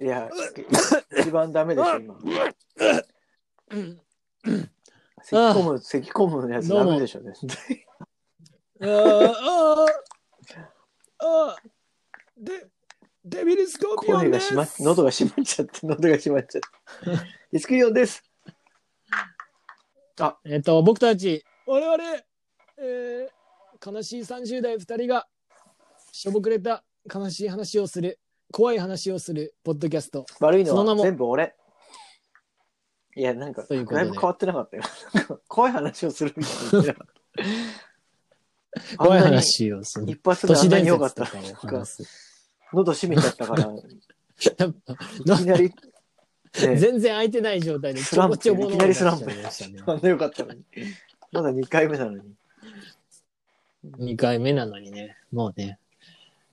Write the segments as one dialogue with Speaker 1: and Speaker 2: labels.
Speaker 1: や、一番ダメでしょ、今。
Speaker 2: うん
Speaker 1: 咳込む、咳込むやつダメでしょ、ね。
Speaker 2: あーあーあーでデビルスコーピオ
Speaker 1: 声
Speaker 2: ン
Speaker 1: が
Speaker 2: で
Speaker 1: し
Speaker 2: す
Speaker 1: まっ、喉が閉まっちゃって、喉が閉まっちゃって。いつくよです。
Speaker 2: えっと、僕たち、我々、えー悲しい30代2人が、しょぼくれた悲しい話をする、怖い話をする、ポッドキャスト。
Speaker 1: 悪いの
Speaker 2: その名
Speaker 1: は
Speaker 2: も
Speaker 1: 全部俺。いや、なんか、
Speaker 2: と
Speaker 1: だ
Speaker 2: い
Speaker 1: いうぶ
Speaker 2: ことで
Speaker 1: 変わってなかったよ。 なんか怖い話をするみたいに言ってなかった。
Speaker 2: 怖い話をす
Speaker 1: あんなに。
Speaker 2: る。
Speaker 1: 一発で
Speaker 2: 都
Speaker 1: あん
Speaker 2: 市
Speaker 1: なに
Speaker 2: 伝
Speaker 1: 良かっ
Speaker 2: 説
Speaker 1: た
Speaker 2: と
Speaker 1: ら。
Speaker 2: かを
Speaker 1: なん
Speaker 2: 話
Speaker 1: か
Speaker 2: す。
Speaker 1: 喉閉めちゃったから、 い
Speaker 2: やっぱ
Speaker 1: きなり、ね、
Speaker 2: 全然空いてない状態で、
Speaker 1: スランプ、
Speaker 2: ちょ
Speaker 1: い
Speaker 2: ぼちょぼの
Speaker 1: きなりスランプ
Speaker 2: 話になりました ね。
Speaker 1: あんな良かったのに。まだ2回目なのに。
Speaker 2: 2回目なのにね、もうね。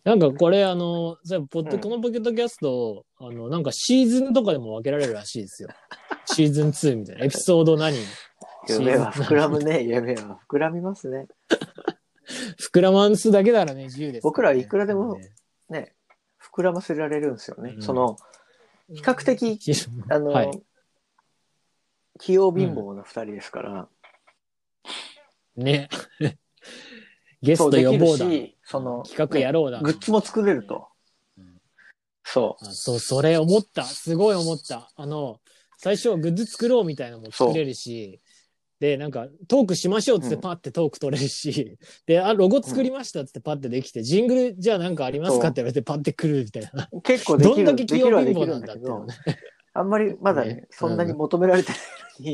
Speaker 2: なんかこれ、あの、そういえばポッド
Speaker 1: うん
Speaker 2: このポケットキャスト、あの、なんかシーズンとかでも分けられるらしいですよ。 シーズン2みたいな。エピソード何
Speaker 1: 夢は
Speaker 2: シーズ
Speaker 1: 膨
Speaker 2: ン
Speaker 1: らむね。夢は膨らみますね。
Speaker 2: 膨らますだけならね、自由です、
Speaker 1: 僕らいくらでも
Speaker 2: ね
Speaker 1: ね、膨らませられるんですよね。
Speaker 2: うん
Speaker 1: その、比較的、あの、
Speaker 2: はい
Speaker 1: 器用貧乏な2人ですから、
Speaker 2: ね。 ゲ
Speaker 1: そ
Speaker 2: ス
Speaker 1: う
Speaker 2: ト
Speaker 1: で
Speaker 2: 呼
Speaker 1: き
Speaker 2: ぼ
Speaker 1: る
Speaker 2: うだ。
Speaker 1: し、その、
Speaker 2: 企画や
Speaker 1: ね
Speaker 2: ろうだ。
Speaker 1: グッズも作れると。
Speaker 2: うん
Speaker 1: そ
Speaker 2: あそう、それ思った。すごい思った。あの、最初グッズ作ろうみたいなのも作れるし、で、なんかトークしましょうっつって
Speaker 1: うん
Speaker 2: パッてトーク取れるし、 で、あ、ロゴ作りましたっつってパッてできて、ジングルじゃあなんかありますかって言われてパッて来るみたいな。
Speaker 1: う。結構で
Speaker 2: ど
Speaker 1: き
Speaker 2: んだ
Speaker 1: る、
Speaker 2: け
Speaker 1: で
Speaker 2: 器
Speaker 1: きる
Speaker 2: 用
Speaker 1: は
Speaker 2: 貧
Speaker 1: でき
Speaker 2: 乏な
Speaker 1: るん
Speaker 2: んだ
Speaker 1: だ
Speaker 2: っ
Speaker 1: け
Speaker 2: ての
Speaker 1: ど
Speaker 2: ね、。
Speaker 1: あんまりまだね
Speaker 2: ね
Speaker 1: そんなに求められてないの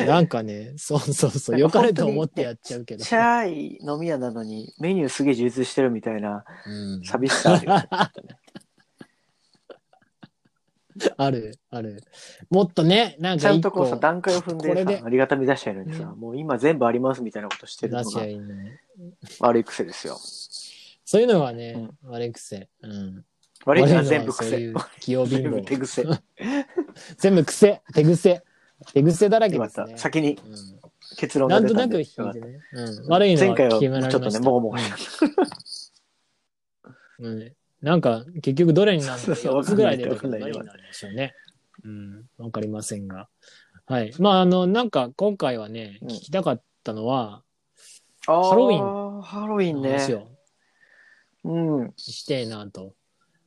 Speaker 1: に、
Speaker 2: なんかね、そうそうそう、良かれと思ってやっちゃうけど。
Speaker 1: チャーイ飲み屋なのにメニューすげえ充実してるみたいな
Speaker 2: うん
Speaker 1: 寂しさあるよね
Speaker 2: ある、ある。もっとね、なん
Speaker 1: ち
Speaker 2: か
Speaker 1: ゃん
Speaker 2: 一
Speaker 1: とこ
Speaker 2: 個
Speaker 1: うさ、段階を踏ん
Speaker 2: これ
Speaker 1: で
Speaker 2: で
Speaker 1: さ、ありがたみ出しちゃうのにさ、
Speaker 2: ね
Speaker 1: もう今全部ありますみたいなことしてる
Speaker 2: 出
Speaker 1: の
Speaker 2: しゃ
Speaker 1: が
Speaker 2: いいね。
Speaker 1: 悪い癖ですよ。
Speaker 2: そういうのはね、悪い癖。うん。
Speaker 1: 悪い
Speaker 2: の
Speaker 1: な、
Speaker 2: は
Speaker 1: 全部
Speaker 2: そう
Speaker 1: 癖
Speaker 2: いう。器用 貧
Speaker 1: 全部手
Speaker 2: 乏。
Speaker 1: 癖。
Speaker 2: 全部癖、手癖。手癖だらけ
Speaker 1: よか
Speaker 2: で
Speaker 1: っ
Speaker 2: す
Speaker 1: た。
Speaker 2: ね。
Speaker 1: 先に
Speaker 2: う
Speaker 1: 結論
Speaker 2: ん、
Speaker 1: が
Speaker 2: なん
Speaker 1: 出
Speaker 2: と
Speaker 1: た
Speaker 2: なんく
Speaker 1: で
Speaker 2: 引い
Speaker 1: よかってた
Speaker 2: ね。うん、悪いの
Speaker 1: 前
Speaker 2: は
Speaker 1: 回は
Speaker 2: 決められまし
Speaker 1: ちょ
Speaker 2: た
Speaker 1: っとね、もごもごし
Speaker 2: うん、なんか結局どれになる
Speaker 1: そう
Speaker 2: のか
Speaker 1: そう
Speaker 2: 4つぐらい出てくる
Speaker 1: わかん
Speaker 2: 何
Speaker 1: ない
Speaker 2: になるんでしょうね。うん、わかりませんが。はい。まあ、あの、なんか今回はね、
Speaker 1: う
Speaker 2: 聞
Speaker 1: ん
Speaker 2: きたかったのは、
Speaker 1: ハ
Speaker 2: ロウィン
Speaker 1: ン。ハロウィン
Speaker 2: 話
Speaker 1: ね。
Speaker 2: を
Speaker 1: うん。
Speaker 2: してえなと。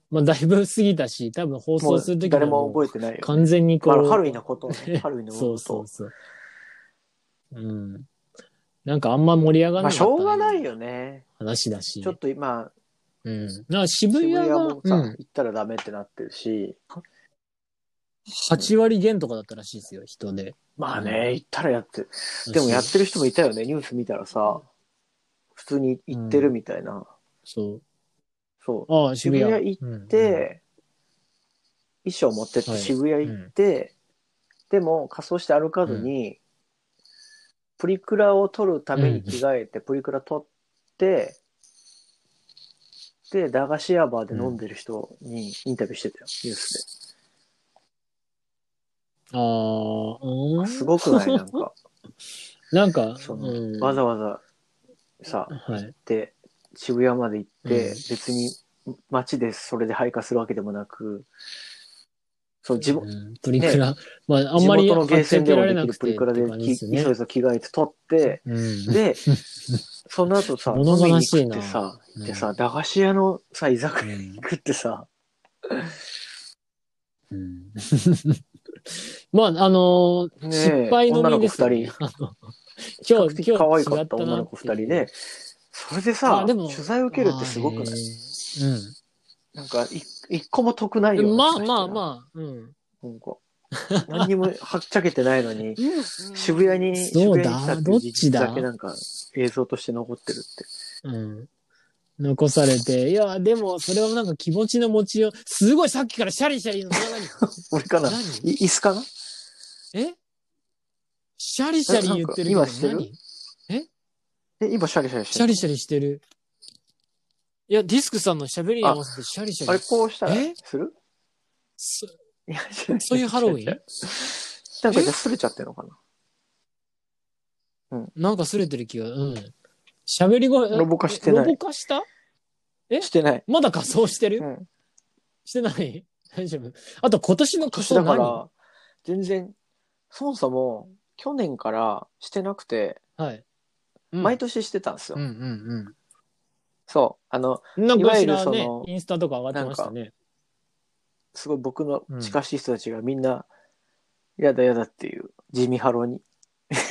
Speaker 2: まあ、だいぶ過ぎたし、多分放
Speaker 1: も
Speaker 2: 送す
Speaker 1: う
Speaker 2: るとき
Speaker 1: 誰も覚えてないよ。
Speaker 2: 完全にこ
Speaker 1: ま
Speaker 2: う、
Speaker 1: あハロウィンのことを ね。ハロウィンの
Speaker 2: そう
Speaker 1: こ
Speaker 2: そう
Speaker 1: と
Speaker 2: そう。うん。なんかあんま盛り上が
Speaker 1: を。
Speaker 2: ら
Speaker 1: ま
Speaker 2: な
Speaker 1: あ、
Speaker 2: い、
Speaker 1: しょうがないよね。
Speaker 2: 話だし。
Speaker 1: ちょっと今、
Speaker 2: うん。なんか渋
Speaker 1: 渋
Speaker 2: 谷
Speaker 1: 谷
Speaker 2: が、
Speaker 1: もさ、
Speaker 2: う
Speaker 1: 行
Speaker 2: ん、
Speaker 1: ったらダメってなってるし、
Speaker 2: 8割減とかだったらしいですよ、人で。
Speaker 1: まあね、行ったらやって、でもやってる人もいたよね、ニュース見たらさ、普通に行ってるみたいな。
Speaker 2: そ。
Speaker 1: そう
Speaker 2: ああ、渋谷。
Speaker 1: 渋谷
Speaker 2: 行
Speaker 1: う。、で、衣装持ってって
Speaker 2: はい
Speaker 1: 渋谷行って、でも仮装して歩かずに、プリクラを撮るために着替えて、プリクラ撮って、で、駄菓子屋バーで飲んでる人にインタビューしてたよ、ニュース
Speaker 2: ああ、う
Speaker 1: で。
Speaker 2: ん。
Speaker 1: すごくないなんか、
Speaker 2: なんか、
Speaker 1: そうの、
Speaker 2: ん、
Speaker 1: わざわざさ、
Speaker 2: はい。
Speaker 1: で渋谷まで行って、
Speaker 2: うん
Speaker 1: 別に街でそれで配下するわけでもなくそう地,、
Speaker 2: うんプリクラ。まあ、あんまり
Speaker 1: 地元のゲーセンでも
Speaker 2: ら
Speaker 1: でき
Speaker 2: れな
Speaker 1: るプ
Speaker 2: くて
Speaker 1: リ
Speaker 2: っ
Speaker 1: クラ
Speaker 2: て
Speaker 1: で
Speaker 2: 感じ
Speaker 1: き
Speaker 2: で
Speaker 1: 急
Speaker 2: す
Speaker 1: い
Speaker 2: ね
Speaker 1: で。着替えて撮 って
Speaker 2: うん。
Speaker 1: でその後さ飲
Speaker 2: 物
Speaker 1: み
Speaker 2: 悲
Speaker 1: に
Speaker 2: しい
Speaker 1: 行っ
Speaker 2: な
Speaker 1: てさ
Speaker 2: うん
Speaker 1: でさ駄菓子屋のさ居酒
Speaker 2: う
Speaker 1: 屋
Speaker 2: ん
Speaker 1: 行くってさ、
Speaker 2: うんまあ、あのー
Speaker 1: ねえ
Speaker 2: 失敗のみですよね、
Speaker 1: 女の
Speaker 2: 今
Speaker 1: 比較
Speaker 2: 日、
Speaker 1: 的
Speaker 2: 今日
Speaker 1: 可愛か
Speaker 2: 違
Speaker 1: った
Speaker 2: な
Speaker 1: 女の子2人
Speaker 2: っていう
Speaker 1: でそれでさ
Speaker 2: あでも
Speaker 1: 取材受けるってすごく
Speaker 2: まあ
Speaker 1: ない
Speaker 2: ね
Speaker 1: なんかい一個も得ないよ
Speaker 2: うん。
Speaker 1: ね
Speaker 2: まあ
Speaker 1: その人
Speaker 2: まあ
Speaker 1: ら
Speaker 2: まあ、うん。
Speaker 1: なんか何にもはっちゃけてないのに渋谷に、
Speaker 2: そ
Speaker 1: 渋谷
Speaker 2: うだ
Speaker 1: に来たっていう事実だ
Speaker 2: どっちだ
Speaker 1: けなんか映像として残ってる って。
Speaker 2: うん。残されて、いや、でも、それはなんか気持ちの持ちよう。すごい、さっきからシャリシャリの長に。
Speaker 1: 俺かな
Speaker 2: 何
Speaker 1: い椅子かな
Speaker 2: えシャリシャリ言ってるけ
Speaker 1: なんか
Speaker 2: ど
Speaker 1: 今してる
Speaker 2: 何
Speaker 1: え、今シャリシャリして
Speaker 2: シャ
Speaker 1: る。
Speaker 2: リシャリしてる。いや、ディスクさんの喋りに合わせてシャリシャ
Speaker 1: あれ
Speaker 2: リ。
Speaker 1: こうしたら
Speaker 2: え
Speaker 1: する
Speaker 2: そ
Speaker 1: いや違う
Speaker 2: そういうハロウィ
Speaker 1: 違う違
Speaker 2: ン
Speaker 1: うなんかじゃあ擦れちゃってるのかな
Speaker 2: なんか擦れてる気が。うん。喋り声。
Speaker 1: ロボ化してない
Speaker 2: ロボ化したえ
Speaker 1: してない。
Speaker 2: まだ仮装してる、
Speaker 1: うん。
Speaker 2: してない大丈夫。あと今年の仮装
Speaker 1: だか
Speaker 2: 何
Speaker 1: ら、全然、そもそも、去年からしてなくて、
Speaker 2: はい。うん
Speaker 1: 毎年してたんですよ。
Speaker 2: うんうん
Speaker 1: そう。あの、
Speaker 2: うん。なん
Speaker 1: い
Speaker 2: か
Speaker 1: わゆ
Speaker 2: し
Speaker 1: る
Speaker 2: ら
Speaker 1: そ
Speaker 2: ね
Speaker 1: の、
Speaker 2: インスタとか上がってましたね。
Speaker 1: すごい僕の近しい人たちがみんな、やだやだっていう、地味ハロに。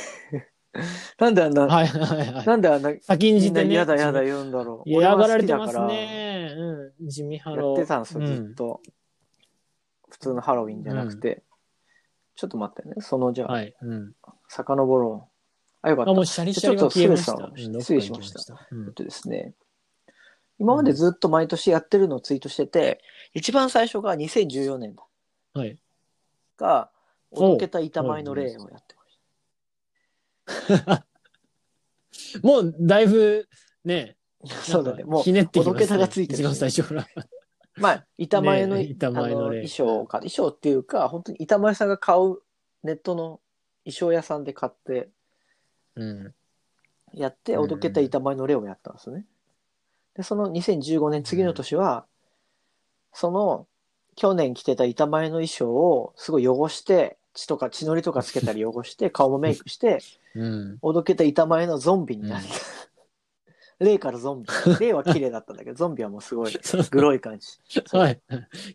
Speaker 1: なんであんな、
Speaker 2: はいはいはい。
Speaker 1: なんであんな、
Speaker 2: 先ん
Speaker 1: み
Speaker 2: じ
Speaker 1: んな
Speaker 2: てね。
Speaker 1: やだやだ言うんだろう。
Speaker 2: 嫌がられて
Speaker 1: 俺は好き
Speaker 2: ます
Speaker 1: だから
Speaker 2: ね。うん。地味ハ
Speaker 1: や
Speaker 2: ロ
Speaker 1: ってたんですよ、
Speaker 2: うん
Speaker 1: ずっと。普通のハロウィンじゃなくて。ちょっと待ってね、そのじゃあ、
Speaker 2: はい。うん。
Speaker 1: 遡ろう。あ、よか
Speaker 2: あ、
Speaker 1: った。
Speaker 2: もうシャリシャリは消えました。
Speaker 1: ちょっと失礼した
Speaker 2: うん
Speaker 1: 失礼しました。
Speaker 2: どっか行きま
Speaker 1: えっとですね、今までずっと毎年やってるのをツイートしてて、一番最初が2014年だ
Speaker 2: うんはい。
Speaker 1: が、
Speaker 2: おう
Speaker 1: おどけた板前の霊をやってまし
Speaker 2: もう、だいぶ、ね、
Speaker 1: た。 そうだね、
Speaker 2: なんか
Speaker 1: も
Speaker 2: ひねってき
Speaker 1: おどけ
Speaker 2: ます
Speaker 1: た
Speaker 2: ね
Speaker 1: がついてる
Speaker 2: 一番最初から。
Speaker 1: う、まあ、板前の,、
Speaker 2: ねえ板
Speaker 1: あの
Speaker 2: 前の
Speaker 1: 衣
Speaker 2: 霊
Speaker 1: 装か、衣装っていうか、本当に板前さんが買うネットの衣装屋さんで買って
Speaker 2: うん。
Speaker 1: やって、
Speaker 2: うん
Speaker 1: おどけた板前の霊をやったんですね。で、その2015年、次の年は、その、去年着てた板前の衣装をすごい汚して、血とか血のりとかつけたり汚 して、顔もメイクして、
Speaker 2: うん。
Speaker 1: おどけた板前のゾンビになった。 霊からゾンビ。霊は綺麗だったんだけど、ゾンビはもうす ごい
Speaker 2: そう
Speaker 1: 黒い感じ。
Speaker 2: はい。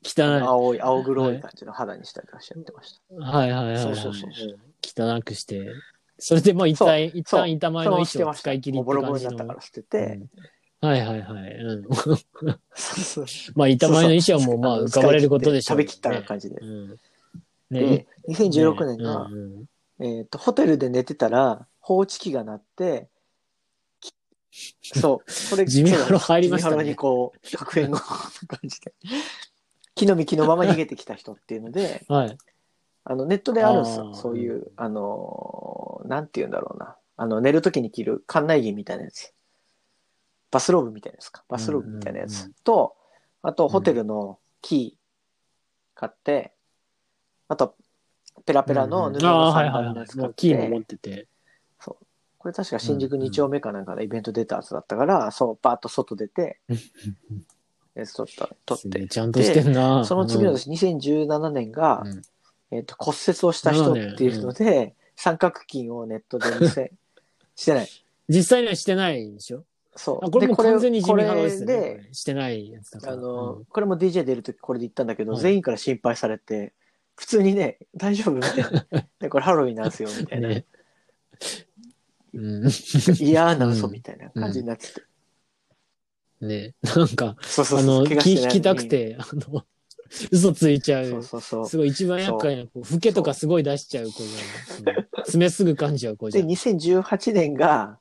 Speaker 2: 汚
Speaker 1: 青い、青黒い感じの肌にしたりとかしてやってました。
Speaker 2: い。はいはいはいはい。
Speaker 1: そうそうそうそう。
Speaker 2: 汚くして。それでもう一旦、一
Speaker 1: そう
Speaker 2: 旦板前の衣装を使い切り
Speaker 1: も
Speaker 2: っ
Speaker 1: うボ
Speaker 2: て
Speaker 1: ロボ
Speaker 2: 感
Speaker 1: ロに
Speaker 2: じ
Speaker 1: な
Speaker 2: の
Speaker 1: ったから捨てて。
Speaker 2: うんはいはいはい。うん。
Speaker 1: そうそう
Speaker 2: まあ、板前の衣装もまあ、浮かばれることでしょ
Speaker 1: 食
Speaker 2: うね。
Speaker 1: べきった感じで。
Speaker 2: うん。
Speaker 1: で
Speaker 2: ね。、
Speaker 1: 2016年が
Speaker 2: う、ん
Speaker 1: えっと、ホテルで寝てたら、放置機が鳴って、きそう、それ、
Speaker 2: 地味ハロ入りましたね
Speaker 1: 地味ハロにこう、白煙を 感じて、木の幹のまま逃げてきた人っていうので、
Speaker 2: うんはい。
Speaker 1: あの、ネットであるんです
Speaker 2: あ
Speaker 1: よ。
Speaker 2: ー
Speaker 1: そういう、あのー、なんて言うんだろうな。あの、寝るときに着る館内着みたいなやつ。バスローブみたいなやつか。バスローブみたいなや
Speaker 2: うんうん
Speaker 1: つ
Speaker 2: う
Speaker 1: と、あと、ホテルのキー買って、あと、ペラペラの布
Speaker 2: うん
Speaker 1: の
Speaker 2: ああ、はい
Speaker 1: 三
Speaker 2: は
Speaker 1: 段の
Speaker 2: いは
Speaker 1: や
Speaker 2: い。
Speaker 1: つ買
Speaker 2: も
Speaker 1: っ
Speaker 2: うキーも
Speaker 1: て
Speaker 2: 持、ってて。
Speaker 1: これ確か新宿2丁目かなんかのイベント出たやつだったから、そう、バーッと外出て、やつ取った、取
Speaker 2: す
Speaker 1: っ
Speaker 2: げえ
Speaker 1: て、
Speaker 2: ちゃんとしてんな。
Speaker 1: その次の
Speaker 2: うん
Speaker 1: 年、2017年が、
Speaker 2: うん
Speaker 1: えっと骨折をした人っていうので、三角筋をネットで見 せしてない。
Speaker 2: 実際にはしてないでしょ
Speaker 1: そう。
Speaker 2: あ、これもう完全に地味ハ
Speaker 1: で
Speaker 2: ロで
Speaker 1: こ
Speaker 2: す
Speaker 1: れ
Speaker 2: ね。こ
Speaker 1: で、
Speaker 2: れしてないやつだから。
Speaker 1: あの、
Speaker 2: うん
Speaker 1: これも DJ 出るときこれで行ったんだけど、
Speaker 2: はい
Speaker 1: 全員から心配されて、普通にね、大丈夫みたい な。ねこれハロウィンなんですよ、みたいな。
Speaker 2: ね。 うん。
Speaker 1: 嫌な嘘みたいな感じになってて。
Speaker 2: ねなんか、
Speaker 1: そう
Speaker 2: あ
Speaker 1: そうそう。
Speaker 2: の、
Speaker 1: 怪我してな
Speaker 2: 気
Speaker 1: いの
Speaker 2: 引
Speaker 1: に
Speaker 2: きたく。て、あの、 嘘ついちゃ
Speaker 1: そう
Speaker 2: う。
Speaker 1: そうそう。
Speaker 2: すごい一番厄介な子。フケとかすごい出しちゃう子じゃん。うん爪すぐ噛んじゃう子じ
Speaker 1: で、
Speaker 2: ゃん。
Speaker 1: 2018年が、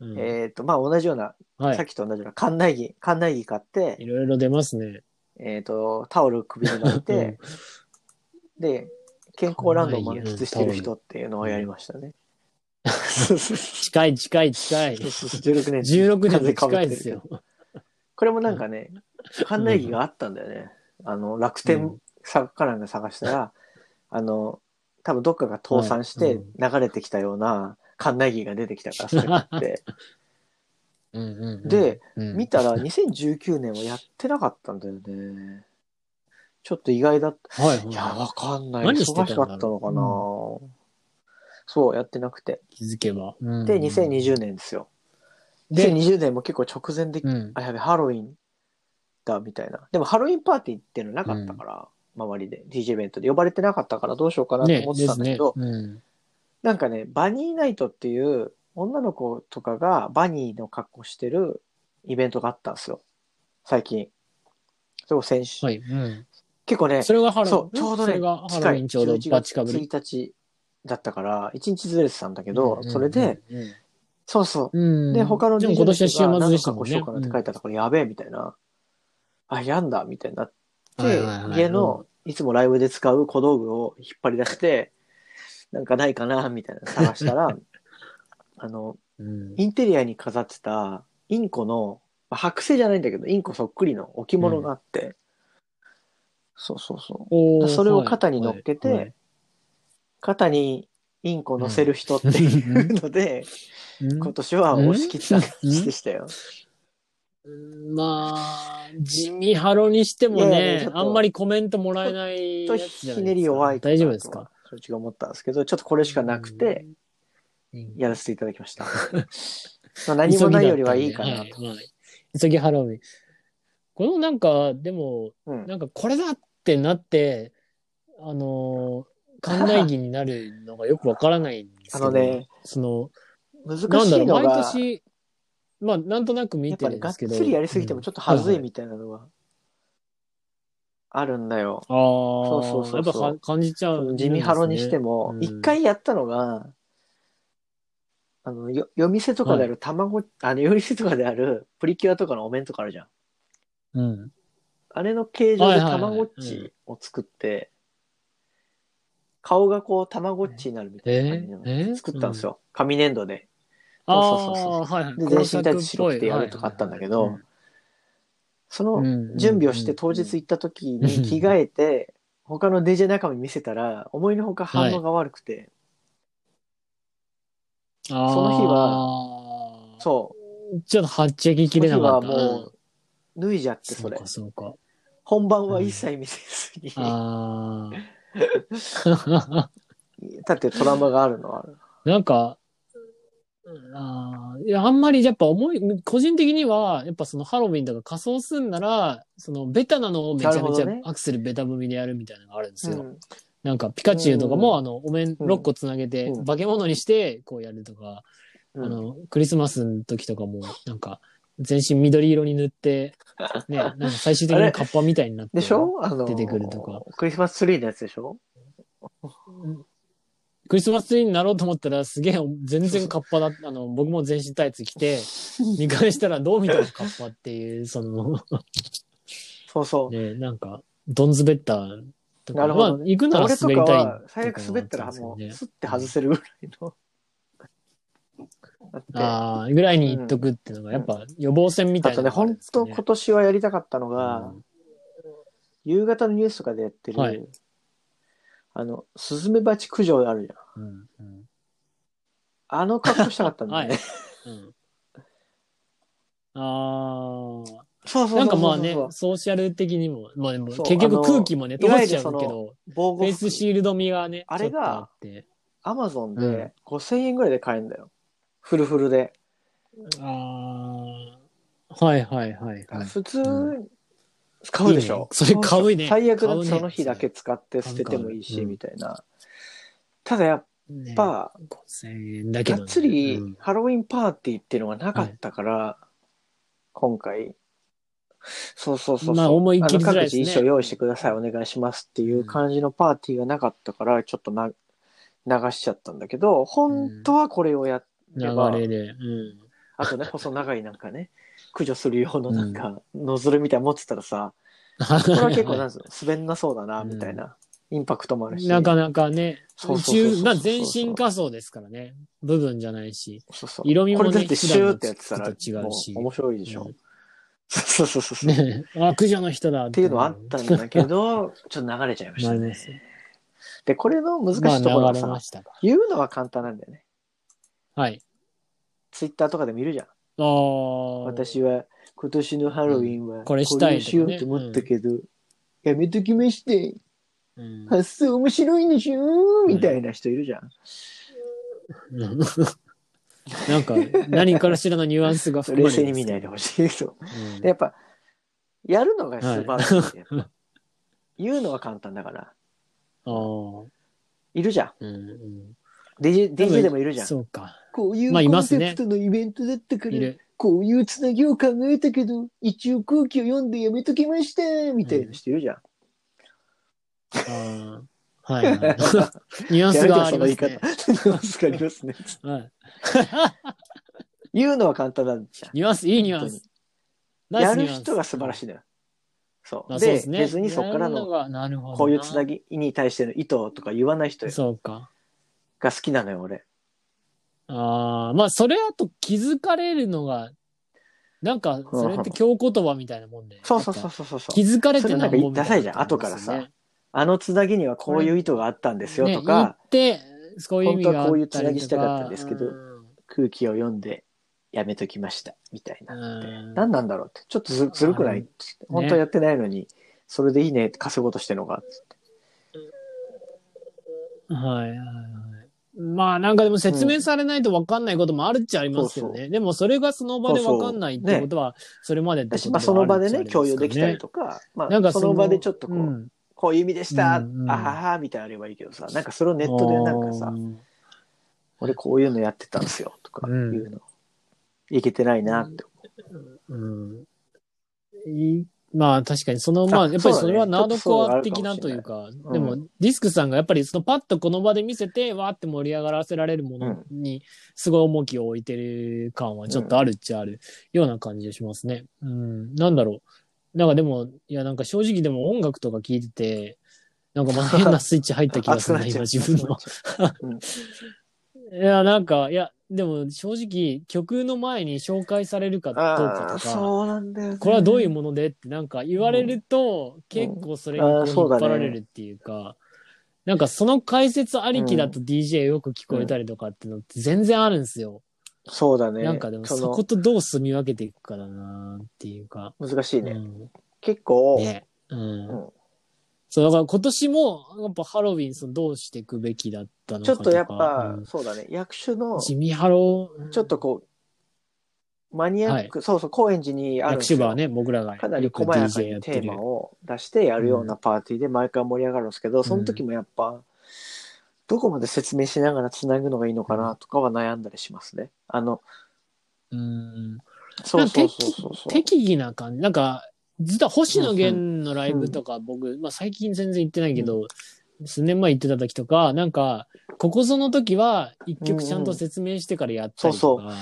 Speaker 2: うん
Speaker 1: えっ、と、まあ、同じような、
Speaker 2: は
Speaker 1: さっ
Speaker 2: い。
Speaker 1: きと同じような、館内着、館内着買って
Speaker 2: い、ろいろ出ますね。
Speaker 1: えっ、と、タオル首に巻いて、で、健康ランドを満喫してる人っていうのをやりましたね。そうそうそ。
Speaker 2: 近い近い近いう
Speaker 1: 16年
Speaker 2: 16年も近いですよ。
Speaker 1: これもなんかね、館内着があったんだよね。あの、楽
Speaker 2: う
Speaker 1: 天
Speaker 2: ん
Speaker 1: 作家なんか探したら、あの、多分どっかが倒産し
Speaker 2: はいう
Speaker 1: て流れてきたような館内着が出てきたから、それ買って。
Speaker 2: うんうんうん
Speaker 1: で、
Speaker 2: うん
Speaker 1: 見たら2019年はやってなかったんだよね。ちょっと意外だった。
Speaker 2: はいはい
Speaker 1: いや、わかんない。
Speaker 2: 何してた
Speaker 1: 忙
Speaker 2: ん
Speaker 1: し
Speaker 2: だろ
Speaker 1: か
Speaker 2: う
Speaker 1: ったのかな、そう、やってなくて。
Speaker 2: 気づけば。
Speaker 1: で、
Speaker 2: 年
Speaker 1: 2020年ですよ。
Speaker 2: で
Speaker 1: 2020年も結構直前で、
Speaker 2: うん。
Speaker 1: あ、やべ、ハロウィンだ、みたいな。でも、ハロウィンパーティーっていうのなかったから、周りで、DJ イベントで呼ばれてなかったからどうしようかなと
Speaker 2: ね
Speaker 1: 思っ、て
Speaker 2: で
Speaker 1: たん
Speaker 2: す
Speaker 1: だけ
Speaker 2: ね。
Speaker 1: ど、
Speaker 2: うん
Speaker 1: なんかね、バニーナイトっていう女の子とかがバニーの格好してるイベントがあったんですよ。最近。そう、先週。
Speaker 2: はい。うん
Speaker 1: 結構ね、
Speaker 2: それがハロウィ
Speaker 1: そ
Speaker 2: ン。
Speaker 1: う、ちょうど
Speaker 2: そ
Speaker 1: ね
Speaker 2: れが、ハロ
Speaker 1: 近
Speaker 2: ウィ
Speaker 1: い
Speaker 2: ンちょうど
Speaker 1: 11
Speaker 2: バチかぶ
Speaker 1: 月
Speaker 2: り。
Speaker 1: 1日だったから、1日ずれてたんだけど、それで、そうそう
Speaker 2: うん、うん。
Speaker 1: う。で、他の
Speaker 2: でも今年は
Speaker 1: DJ
Speaker 2: 週
Speaker 1: 人が
Speaker 2: 末で
Speaker 1: 何
Speaker 2: した
Speaker 1: か
Speaker 2: も
Speaker 1: こ
Speaker 2: ん
Speaker 1: うし
Speaker 2: ね。
Speaker 1: ようかなって書いてあったから、やべえ、みたいな。あ、やんだ、みたいになっ
Speaker 2: はいはいはい
Speaker 1: て、家の、いつもライブで使う小道具を引っ張り出して、なんかないかな、みたいな探した ら、あの、
Speaker 2: うん
Speaker 1: インテリアに飾ってた、インコの、まあ剥製じゃないんだけど、インコそっくりの置物があって、そうそうそう。
Speaker 2: おー
Speaker 1: それを肩に乗っけて
Speaker 2: はいはい
Speaker 1: 肩にインコ乗せる人っていうので、
Speaker 2: うん
Speaker 1: 今年は押し切った感じでしたよ。
Speaker 2: うん まあ、地味ハロにして
Speaker 1: い
Speaker 2: も
Speaker 1: やいやちょ
Speaker 2: ね
Speaker 1: っ、と
Speaker 2: あんまりコメントもらえない
Speaker 1: ちょ
Speaker 2: や
Speaker 1: っと
Speaker 2: つじゃないですか。
Speaker 1: ひねり弱いかな
Speaker 2: 大丈夫ですか
Speaker 1: とは正直思ったんですけど、ちょっとこれしかなくて、
Speaker 2: うん、うん
Speaker 1: やらせていただきました。まあ何もないよりはいいかなと。
Speaker 2: 急ぎだったんではいはい急ぎハロウィン。このなんか、でも、
Speaker 1: うん
Speaker 2: なんかこれだってなって、あのー、館内着になるのがよくわからないんですけど、
Speaker 1: あのね
Speaker 2: その、
Speaker 1: 難
Speaker 2: なん
Speaker 1: し
Speaker 2: だ
Speaker 1: い
Speaker 2: ろ、
Speaker 1: うの
Speaker 2: 毎
Speaker 1: が、
Speaker 2: 年、まあ、なんとなく
Speaker 1: や
Speaker 2: 見
Speaker 1: ってぱ
Speaker 2: る
Speaker 1: ね、
Speaker 2: ん
Speaker 1: がっ
Speaker 2: ですけど。
Speaker 1: つりやりすぎてもちょっとはずい
Speaker 2: うん
Speaker 1: みたいなのが、あるんだよ。
Speaker 2: ああ、
Speaker 1: うそうそうそう
Speaker 2: やっぱは感じちゃう、
Speaker 1: 地味ハロにしても
Speaker 2: も。う、ん
Speaker 1: 一回やったのが、あの、よ、夜店とかである卵、あの、夜店とかであるプリキュアとかのお面とかあるじゃん。
Speaker 2: うん。
Speaker 1: あれの形状で
Speaker 2: はいはいはい
Speaker 1: たまごっちを作って、顔がこう、たまごっちになるみたいな感じの
Speaker 2: えーえー
Speaker 1: 作ったんですよ。紙粘土で。
Speaker 2: ああ、
Speaker 1: そうそうそう
Speaker 2: はいはい。
Speaker 1: で、全身タイツ白くてやるとかあったんだけど、そ
Speaker 2: 黒
Speaker 1: の
Speaker 2: 作っぽい、はいはいはい
Speaker 1: 準備をして当日行った時に着替えて、他の DJ 仲間に見せたら、思いのほか反応が悪くて、
Speaker 2: その
Speaker 1: の日
Speaker 2: は。
Speaker 1: そう
Speaker 2: ちょっとはっちゃき
Speaker 1: う、
Speaker 2: きれなかった。
Speaker 1: その日はもう、脱いじゃって、それ
Speaker 2: うん。そうか、
Speaker 1: 本番は一切見せずに
Speaker 2: そうか。、ああ。
Speaker 1: だってトラウマがあるのはある。
Speaker 2: なんか、あーいやあんまりやっぱ思い、個人的には、やっぱそのハロウィンとか仮装すんなら、そのベタなのをめちゃ
Speaker 1: なる
Speaker 2: め
Speaker 1: ほ
Speaker 2: ちゃ
Speaker 1: どね
Speaker 2: アクセルベタ踏みでやるみたいなのがあるんですよ。
Speaker 1: うん
Speaker 2: なんかピカチュウとか
Speaker 1: うん
Speaker 2: も、あの、お面
Speaker 1: うん
Speaker 2: 6個つなげて、
Speaker 1: うん
Speaker 2: 化け物にして、こうやるとか、あ
Speaker 1: うん
Speaker 2: の、クリスマスの時とかも、なんか、全身緑色に塗って、ね、なんか最終的にカッパみたいになって。
Speaker 1: でしょあの、
Speaker 2: 出てくるとか
Speaker 1: クリスマスツリーのやつでしょ
Speaker 2: クリスマスツリーになろうと思ったら、すげえ、全然カッパだ あの、僕も全身タイツ着て、見返したらどう見たらカッパっていう、その、
Speaker 1: そうそう。
Speaker 2: ね、なんか、どんずべったとか。
Speaker 1: なるほどね
Speaker 2: まあ、行くなら
Speaker 1: 俺と
Speaker 2: 滑
Speaker 1: か
Speaker 2: りたい
Speaker 1: は最悪滑ったらもうスッて外せるぐらいの。だってあ
Speaker 2: ああ、ぐらいに言っとくっていうのが、やっぱ予防線みたい
Speaker 1: と
Speaker 2: な
Speaker 1: ね、
Speaker 2: のがあるん
Speaker 1: 本
Speaker 2: ですか
Speaker 1: 当
Speaker 2: ね、
Speaker 1: 今年はやりたかったのが、夕方のニュースとかでやってる、
Speaker 2: はい
Speaker 1: あの、スズメバチ駆除あるじゃん。
Speaker 2: うんうん
Speaker 1: あの格好したかった
Speaker 2: うんん。
Speaker 1: だ
Speaker 2: は
Speaker 1: よ
Speaker 2: い
Speaker 1: ね。。
Speaker 2: うん、ああ。
Speaker 1: そうそうそうそう。
Speaker 2: なんかまあね、ソーシャル的にも、まあでも
Speaker 1: そう
Speaker 2: 結
Speaker 1: あ
Speaker 2: 局
Speaker 1: の
Speaker 2: 空気もね、飛ばしちゃうけ
Speaker 1: いわゆる
Speaker 2: ど、
Speaker 1: 防
Speaker 2: フェ
Speaker 1: 護
Speaker 2: イス
Speaker 1: 服、
Speaker 2: シールド味がね、
Speaker 1: あれが
Speaker 2: ちょっとあって。
Speaker 1: アマゾン
Speaker 2: う
Speaker 1: で5000円ぐらいで買えるんだよ。フルフルで。
Speaker 2: ああ、はいはいはい、はい。
Speaker 1: 普通
Speaker 2: う、
Speaker 1: 買うでしょ
Speaker 2: いいねそれ買うね
Speaker 1: 最悪だ
Speaker 2: 買う
Speaker 1: と
Speaker 2: ね
Speaker 1: その日だけ使って捨ててもいい
Speaker 2: 買う
Speaker 1: し、
Speaker 2: 買う
Speaker 1: みたいな。ただやっ
Speaker 2: ね、
Speaker 1: ぱ、
Speaker 2: 5000円だけど、
Speaker 1: が
Speaker 2: ね。
Speaker 1: っつり
Speaker 2: うん
Speaker 1: ハロウィンパーティーっていうのがなかったから、今回。そうそうそうそう。
Speaker 2: まあ思い切りづ
Speaker 1: あの
Speaker 2: ら
Speaker 1: 各
Speaker 2: いです
Speaker 1: 自
Speaker 2: ね
Speaker 1: 衣装用意してください、お願いしますっていう感じのパーティーがなかったから、ちょっとな流しちゃったんだけど、本当はこれをやっ、
Speaker 2: 流れで。うん。
Speaker 1: あとね、細長いなんかね、駆除する用のなんか、ノズルみたいなの持ってたら さ、これは結構なんつうの滑んなそうだな、みたいな、インパクトもあるし。
Speaker 2: なかなかね、
Speaker 1: そう
Speaker 2: 宇
Speaker 1: そうそうそう
Speaker 2: 宙、まあ全身仮装ですからね。部分じゃないし。
Speaker 1: そうそう
Speaker 2: 色味もね
Speaker 1: これだってシューってやってたら、
Speaker 2: 普段の服と違うし
Speaker 1: もう面白いでしょ。
Speaker 2: うん
Speaker 1: そうそうそうそう。
Speaker 2: ね、あ、駆除の人だ。っ
Speaker 1: っていうのはあったんだけ ど、ちょっと流れちゃいました
Speaker 2: なり
Speaker 1: ね。
Speaker 2: ますね。
Speaker 1: で、これの難し
Speaker 2: まあ
Speaker 1: いところは
Speaker 2: 流れ
Speaker 1: さ、
Speaker 2: ましたか。
Speaker 1: 言うのは簡単なんだよね。
Speaker 2: はい。
Speaker 1: ツイッターとかで見るじゃん。
Speaker 2: ああ。
Speaker 1: 私は今年のハロウィンは
Speaker 2: これしたい
Speaker 1: をしようと思ったけど、やめときまして、
Speaker 2: うん、
Speaker 1: 発想面白いんでしょみたいな人いるじゃん。
Speaker 2: うんなんか、何からしらのニュアンスが含ま
Speaker 1: 冷
Speaker 2: れて
Speaker 1: 静
Speaker 2: ま
Speaker 1: に
Speaker 2: す
Speaker 1: 見ないでほしいけど。
Speaker 2: うん
Speaker 1: でやっぱ、やるのが素晴らしい。やっぱ 言うのは簡単だから。
Speaker 2: ああ。
Speaker 1: いるじゃん。
Speaker 2: うんうん。
Speaker 1: DJ,
Speaker 2: 多分
Speaker 1: DJ でもいるじゃん。
Speaker 2: そうか。
Speaker 1: こういう
Speaker 2: まあい
Speaker 1: コ
Speaker 2: ま
Speaker 1: ン
Speaker 2: す
Speaker 1: セ
Speaker 2: ね
Speaker 1: プトのイベントだったか
Speaker 2: い
Speaker 1: ら、
Speaker 2: る。
Speaker 1: こういうつなぎを考えたけど、一応空気を読んでやめときました、みたいな人いるじゃん。
Speaker 2: ああ。 はい、はい。ニュアンスがありますね。
Speaker 1: わかります ね。
Speaker 2: はい、
Speaker 1: 言うのは簡単なんじゃん。
Speaker 2: ニュアンス、いいニュアンス。ナイ
Speaker 1: や
Speaker 2: スニ
Speaker 1: る
Speaker 2: ュアンス
Speaker 1: 人が素晴らしいのよ。そう。
Speaker 2: まあ、そう
Speaker 1: で
Speaker 2: ですね。
Speaker 1: 別にそこから
Speaker 2: やる
Speaker 1: の、
Speaker 2: がなるほど
Speaker 1: こういうつな
Speaker 2: ぎ
Speaker 1: ぎに対しての意図とか言わない人
Speaker 2: そうか。
Speaker 1: が好きなのよ、俺。
Speaker 2: ああ、まあ、それあと気づかれるのが、なんか、それって強言葉みたいなもんで。
Speaker 1: そうそうそう
Speaker 2: やっ
Speaker 1: そうそう
Speaker 2: ぱ。気づかれて
Speaker 1: それなんかダサいじゃん後からさあのつなぎにはこういう意図があったんですよとか、
Speaker 2: ね、言って、そういう意味があ
Speaker 1: 本当は
Speaker 2: ったりとか。
Speaker 1: こういうつなぎしたかったんですけど
Speaker 2: うん
Speaker 1: 空気を読んでやめときました、みたいな。
Speaker 2: うん
Speaker 1: 何なんだろうって。ちょっとずずるくないって言って本当はやってないのに、それでいいねって稼ごうとしてるのかって。
Speaker 2: はいはいはい。まあなんかでも説明されないと分かんないこともあるっちゃありますよね。
Speaker 1: そう
Speaker 2: でもそれがその場で分かんないってことは、それまでって
Speaker 1: だ
Speaker 2: こ
Speaker 1: し、
Speaker 2: と
Speaker 1: まあ、その場でね、共有できたり
Speaker 2: か。
Speaker 1: とか、ま
Speaker 2: なん
Speaker 1: あ、
Speaker 2: か
Speaker 1: そ
Speaker 2: その
Speaker 1: の場でちょっとこう、
Speaker 2: うん
Speaker 1: こういう意味でした、
Speaker 2: うんうん
Speaker 1: あはは、みたいなのあればいいけどさ、なんかそれをネットでなんかさ、俺こういうのやってたんですよ、とか
Speaker 2: うん
Speaker 1: いうの。いけてないなって。
Speaker 2: うんいいまあ確かにその、まあ
Speaker 1: あ
Speaker 2: やっぱりそれは
Speaker 1: そうだね
Speaker 2: ナードコア
Speaker 1: ち
Speaker 2: 的
Speaker 1: ょ
Speaker 2: な
Speaker 1: っとそ
Speaker 2: と
Speaker 1: う
Speaker 2: い
Speaker 1: いううのか
Speaker 2: か、で
Speaker 1: う
Speaker 2: もディスクさんがやっぱりそのパッとこの場で見せて、わーって盛り上がらせられるものにすごい重きを置いてる感はちょっとあるっちゃあるような感じがしますね。うん、なんだろう。なんかでも、いやなんか正直でも音楽とか聞いてて、なんかまた変なスイッチ入った気がす るな、今自分の。いや、なんか、いや、でも正直曲の前に紹介されるか どう
Speaker 1: あ
Speaker 2: か
Speaker 1: あ、
Speaker 2: とか、
Speaker 1: そうなんだよ、ね。
Speaker 2: これはどういうものでってなんか言われると、結構それにこ
Speaker 1: あ
Speaker 2: う
Speaker 1: ー
Speaker 2: 引っ
Speaker 1: そうだ
Speaker 2: 張
Speaker 1: ね
Speaker 2: られるっていうか、なんかその解説ありきだと DJ よく聞こえたりとかってのって全然あるんですよ。
Speaker 1: そうだね。
Speaker 2: なんかでも
Speaker 1: そ
Speaker 2: そ
Speaker 1: の
Speaker 2: ことどう住み分けていくかだなっていうか。
Speaker 1: 難しいね。
Speaker 2: うん
Speaker 1: 結構、
Speaker 2: ね。う
Speaker 1: うんん。
Speaker 2: そう、だから今年も、やっぱハロウィン、そのどうしていくべきだったの
Speaker 1: ち
Speaker 2: か
Speaker 1: ょ
Speaker 2: と
Speaker 1: っ
Speaker 2: か。
Speaker 1: とやっぱ、
Speaker 2: うん
Speaker 1: そうだね、役所の、
Speaker 2: 地味ハロー、
Speaker 1: ちょっとこう、マニアック、そうそう、高円寺にあるん
Speaker 2: 役
Speaker 1: です
Speaker 2: 所
Speaker 1: よ
Speaker 2: 場はね、僕らが
Speaker 1: かなり
Speaker 2: よく
Speaker 1: 細やか
Speaker 2: DJ やっ
Speaker 1: に
Speaker 2: て
Speaker 1: テ
Speaker 2: る
Speaker 1: ーマ。を出してやるようなパーティーで毎回盛り上がるんですけど、その時もやっぱ、どこまで説明しながらつなぐのがいいのかなとかは悩んだりしますね。あの、
Speaker 2: うん。
Speaker 1: そうそうそうそうそう。
Speaker 2: 適宜な感じ。なんか、実は星野源のライブとか僕、まあ最近全然行ってないけど、数年前行ってた時とか、なんか、ここぞの時は一曲ちゃんと説明してからやったりと
Speaker 1: うん
Speaker 2: か、